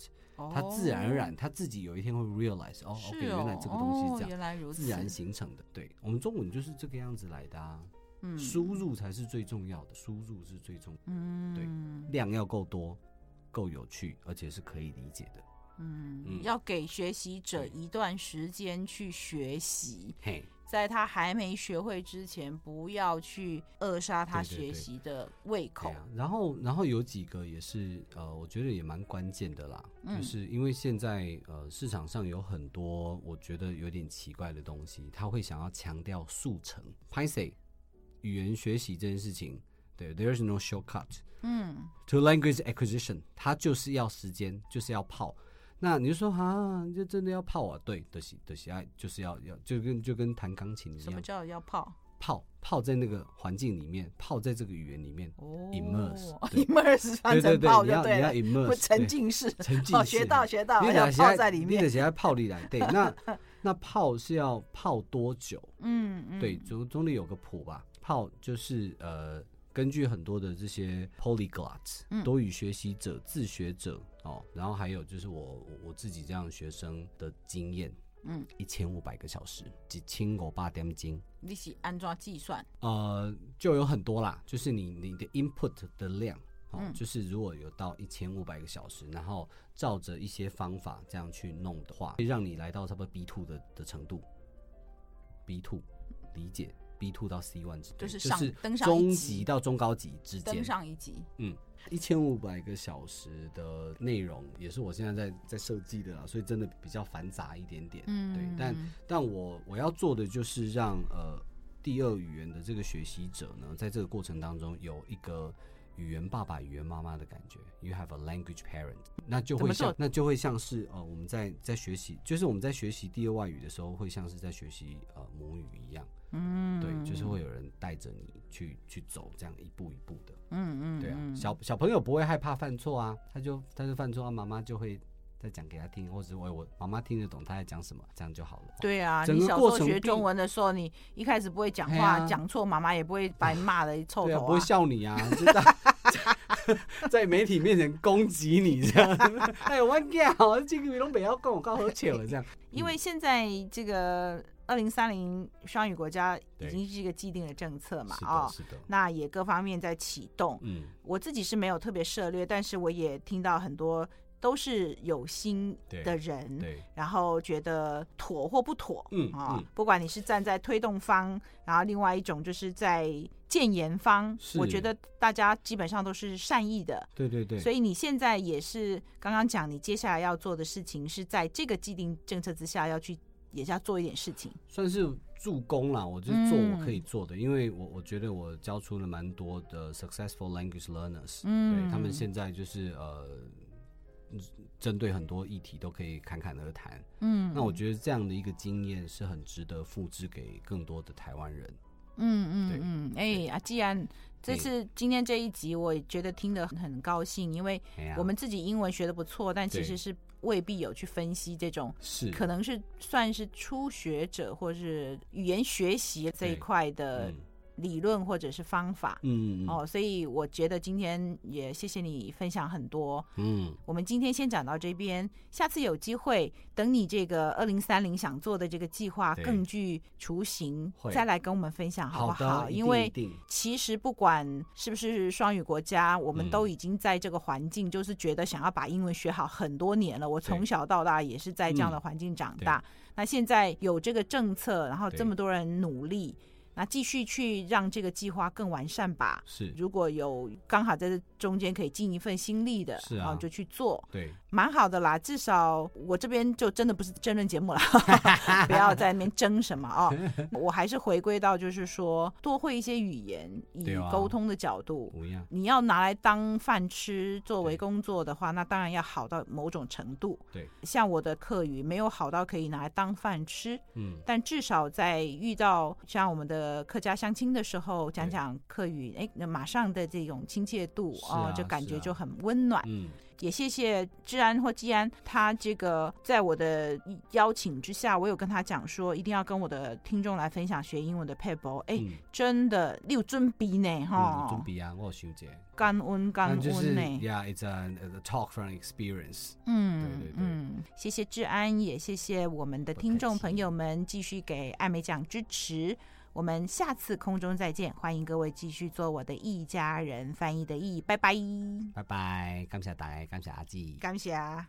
B: 他自然而然他自己有一天会 realize 哦
A: 哦是
B: ，OK，
A: 哦，
B: 原来这个东西是
A: 哦
B: 这样。
A: 原来如此，
B: 自然形成的，对我们中文就是这个样子来的啊。
A: 嗯
B: 输入才是最重要的，输入是最重
A: 嗯
B: 对量要够多，够有趣，而且是可以理解的。
A: 嗯
B: 嗯，
A: 要给学习者
B: 对
A: 一段时间去学习，
B: 嘿，
A: 在他还没学会之前，不要去扼杀他
B: 对对
A: 学
B: 对
A: 习的胃口
B: 对。啊。然后，然后有几个也是呃，我觉得也蛮关键的啦，
A: 嗯
B: 就是因为现在呃市场上有很多我觉得有点奇怪的东西，他会想要强调速成 p y t h 语言学习这件事情，对，there's no shortcut。
A: 嗯
B: to language acquisition，它就是要时间，就是要泡。那你就说啊，就真的要泡啊？对，的喜的喜爱就是要要就跟就跟弹钢琴一
A: 什么
B: 样，
A: 叫要泡？
B: 泡泡在那个环境里面，泡在这个语言里面。
A: 哦
B: Immerse，对
A: immerse 翻
B: 对对
A: 成
B: 对
A: 泡，
B: 你
A: 就
B: 要你要
A: 了，不
B: immerse，
A: 沉
B: 对
A: 浸 式。
B: 沉浸
A: 哦，
B: 式
A: 学到学到，
B: 你
A: 要
B: 得
A: 泡在里面
B: 你。得在泡里来。对， 那那泡是要泡多久？
A: 嗯嗯，
B: 对，总总得有个谱吧。泡就是呃，根据很多的这些 polyglot、
A: 嗯
B: 多语学习者、自学者哦，然后还有就是我我我自己这样学生的经验，
A: 嗯，
B: 一千五百个小时，几千五百点钟，
A: 你是安装计算。
B: 呃，就有很多啦，就是你你的 input 的量。哦
A: 嗯，
B: 就是如果有到一千五百个小时，然后照着一些方法这样去弄的话，会让你来到差不多 B two 的的程度，B two 理解 B two 到 C one 之间，
A: 就是上登上一
B: 中
A: 级
B: 级到中高级之
A: 登
B: 间，
A: 上一级，
B: 嗯，一千五百个小时的内容也是我现在在在设计的啦，所以真的比较繁杂一点点，
A: 嗯，
B: 对，但但我我要做的就是让呃第二语言的这个学习者呢，在这个过程当中有一个语言爸爸、语言妈妈的感觉，you have a language parent，那就
A: 怎么
B: 会像
A: 做
B: 那就会像是呃我们在在学习，就是我们在学习第二外语的时候，会像是在学习呃母语一样，
A: 嗯，
B: 对，就是会有人带着你去去走这样一步一步的，
A: 嗯，嗯嗯，
B: 对啊，
A: 嗯
B: 小小朋友不会害怕犯错啊，他就他就犯错啊，妈妈就会。再讲给他听，或者我我妈妈听得懂他在讲什么，这样就好了。
A: 对啊，
B: 整
A: 你
B: 个
A: 小时
B: 过
A: 候
B: 程
A: 学
B: 并
A: 中文的时候，你一开始不会讲
B: 嘿
A: 话，
B: 啊
A: 讲错、妈妈也不会把你骂 的一臭
B: 对啊，
A: 头
B: 不会
A: 啊。
B: 笑你啊， 就在在媒体面前攻击你这样。 哎，我讲，这个东北要跟我搞好笑了这样。
A: 因
B: 嗯
A: 为现在这个二零三零双语国家已
B: 对
A: 经是一个既定的政策嘛，
B: 是的，
A: 哦，
B: 是的，
A: 那也各方面在启动。
B: 嗯，
A: 我自己是没有特别涉猎，但是我也听到很多都是有心
B: 对
A: 的人，
B: 对，
A: 然后觉得妥或不妥，
B: 嗯
A: 啊、
B: 嗯
A: 不管你是站在推动方，然后另外一种就是在建言方，
B: 是
A: 我觉得大家基本上都是善意的。
B: 对对对，
A: 所以你现在也是刚刚讲，你接下来要做的事情是在这个既定政策之下要去，也是要做一点事情。
B: 算是助攻啦，我就是做
A: 嗯
B: 我可以做的，因为我我觉得我教出了蛮多的 successful language learners，、
A: 嗯
B: 对他们现在就是呃，针对很多议题都可以侃侃而谈。
A: 嗯
B: 那我觉得这样的一个经验是很值得复制给更多的台湾人。
A: 嗯
B: 对
A: 嗯嗯，哎、啊，既然这次今天这一集，我也觉得听得很高兴，因为
B: 哎呀
A: 我们自己英文学的不错，但其
B: 对
A: 实是未必有去分析这种
B: 是
A: 可能是算是初学者或是语言学习这一
B: 对
A: 块的
B: 嗯
A: 理论或者是方法。
B: 嗯嗯
A: 哦，所以我觉得今天也谢谢你分享很多。
B: 嗯，
A: 我们今天先讲到这边，下次有机会等你这个二零三零想做的这个计划
B: 对
A: 更具雏形，
B: 会
A: 再来跟我们分享好不
B: 的，
A: 好？
B: 一
A: 因
B: 定
A: 为
B: 一定
A: 其实不管是不是双语国家，我们
B: 嗯
A: 都已经在这个环境，就是觉得想要把英文学好很多年了。我从小到大也是在这
B: 嗯
A: 样的环境长大。那现在有这个政策，然后
B: 对
A: 这么多人努力，那继续去让这个计划更完善吧。
B: 是
A: 如果有刚好在这中间可以尽一份心力的，
B: 是啊
A: 然后就去做，
B: 对，
A: 蛮好的啦。至少我这边就真的不是争论节目 了，不要在那边争什么哦。我还是回归到就是说，多会一些语言，以
B: 对啊
A: 沟通的角度。
B: 不一样，
A: 你要拿来当饭吃作为
B: 对
A: 工作的话，那当然要好到某种程度。
B: 对，
A: 像我的课语没有好到可以拿来当饭吃，
B: 嗯，
A: 但至少在遇到像我们的客家相亲的时候，讲
B: 对
A: 讲客语，哎，那马上的这种亲切度
B: 是
A: 哦
B: 啊，
A: 就感
B: 是
A: 觉
B: 啊
A: 就很温暖。
B: 嗯，
A: 也谢谢治安或季安，他这个在我的邀请之下，我有跟他讲说，一定要跟我的听众来分享学英文的 p a p e 哎、
B: 嗯
A: 真的你有准备呢
B: 嗯，
A: 哈
B: 准，备啊，我有想姐，
A: 感恩感恩
B: 但
A: 呢。
B: 就是，Yeah，it's a, a talk from experience。
A: 嗯，
B: 对对对
A: 嗯，谢谢治安，也谢谢我们的
B: 不
A: 听
B: 客
A: 众
B: 气
A: 朋友们继续给艾美奖支持。我们下次空中再见，欢迎各位继续做我的一家人翻译的译，拜拜，
B: 拜拜，感谢大家，感谢阿姊。
A: 感谢啊。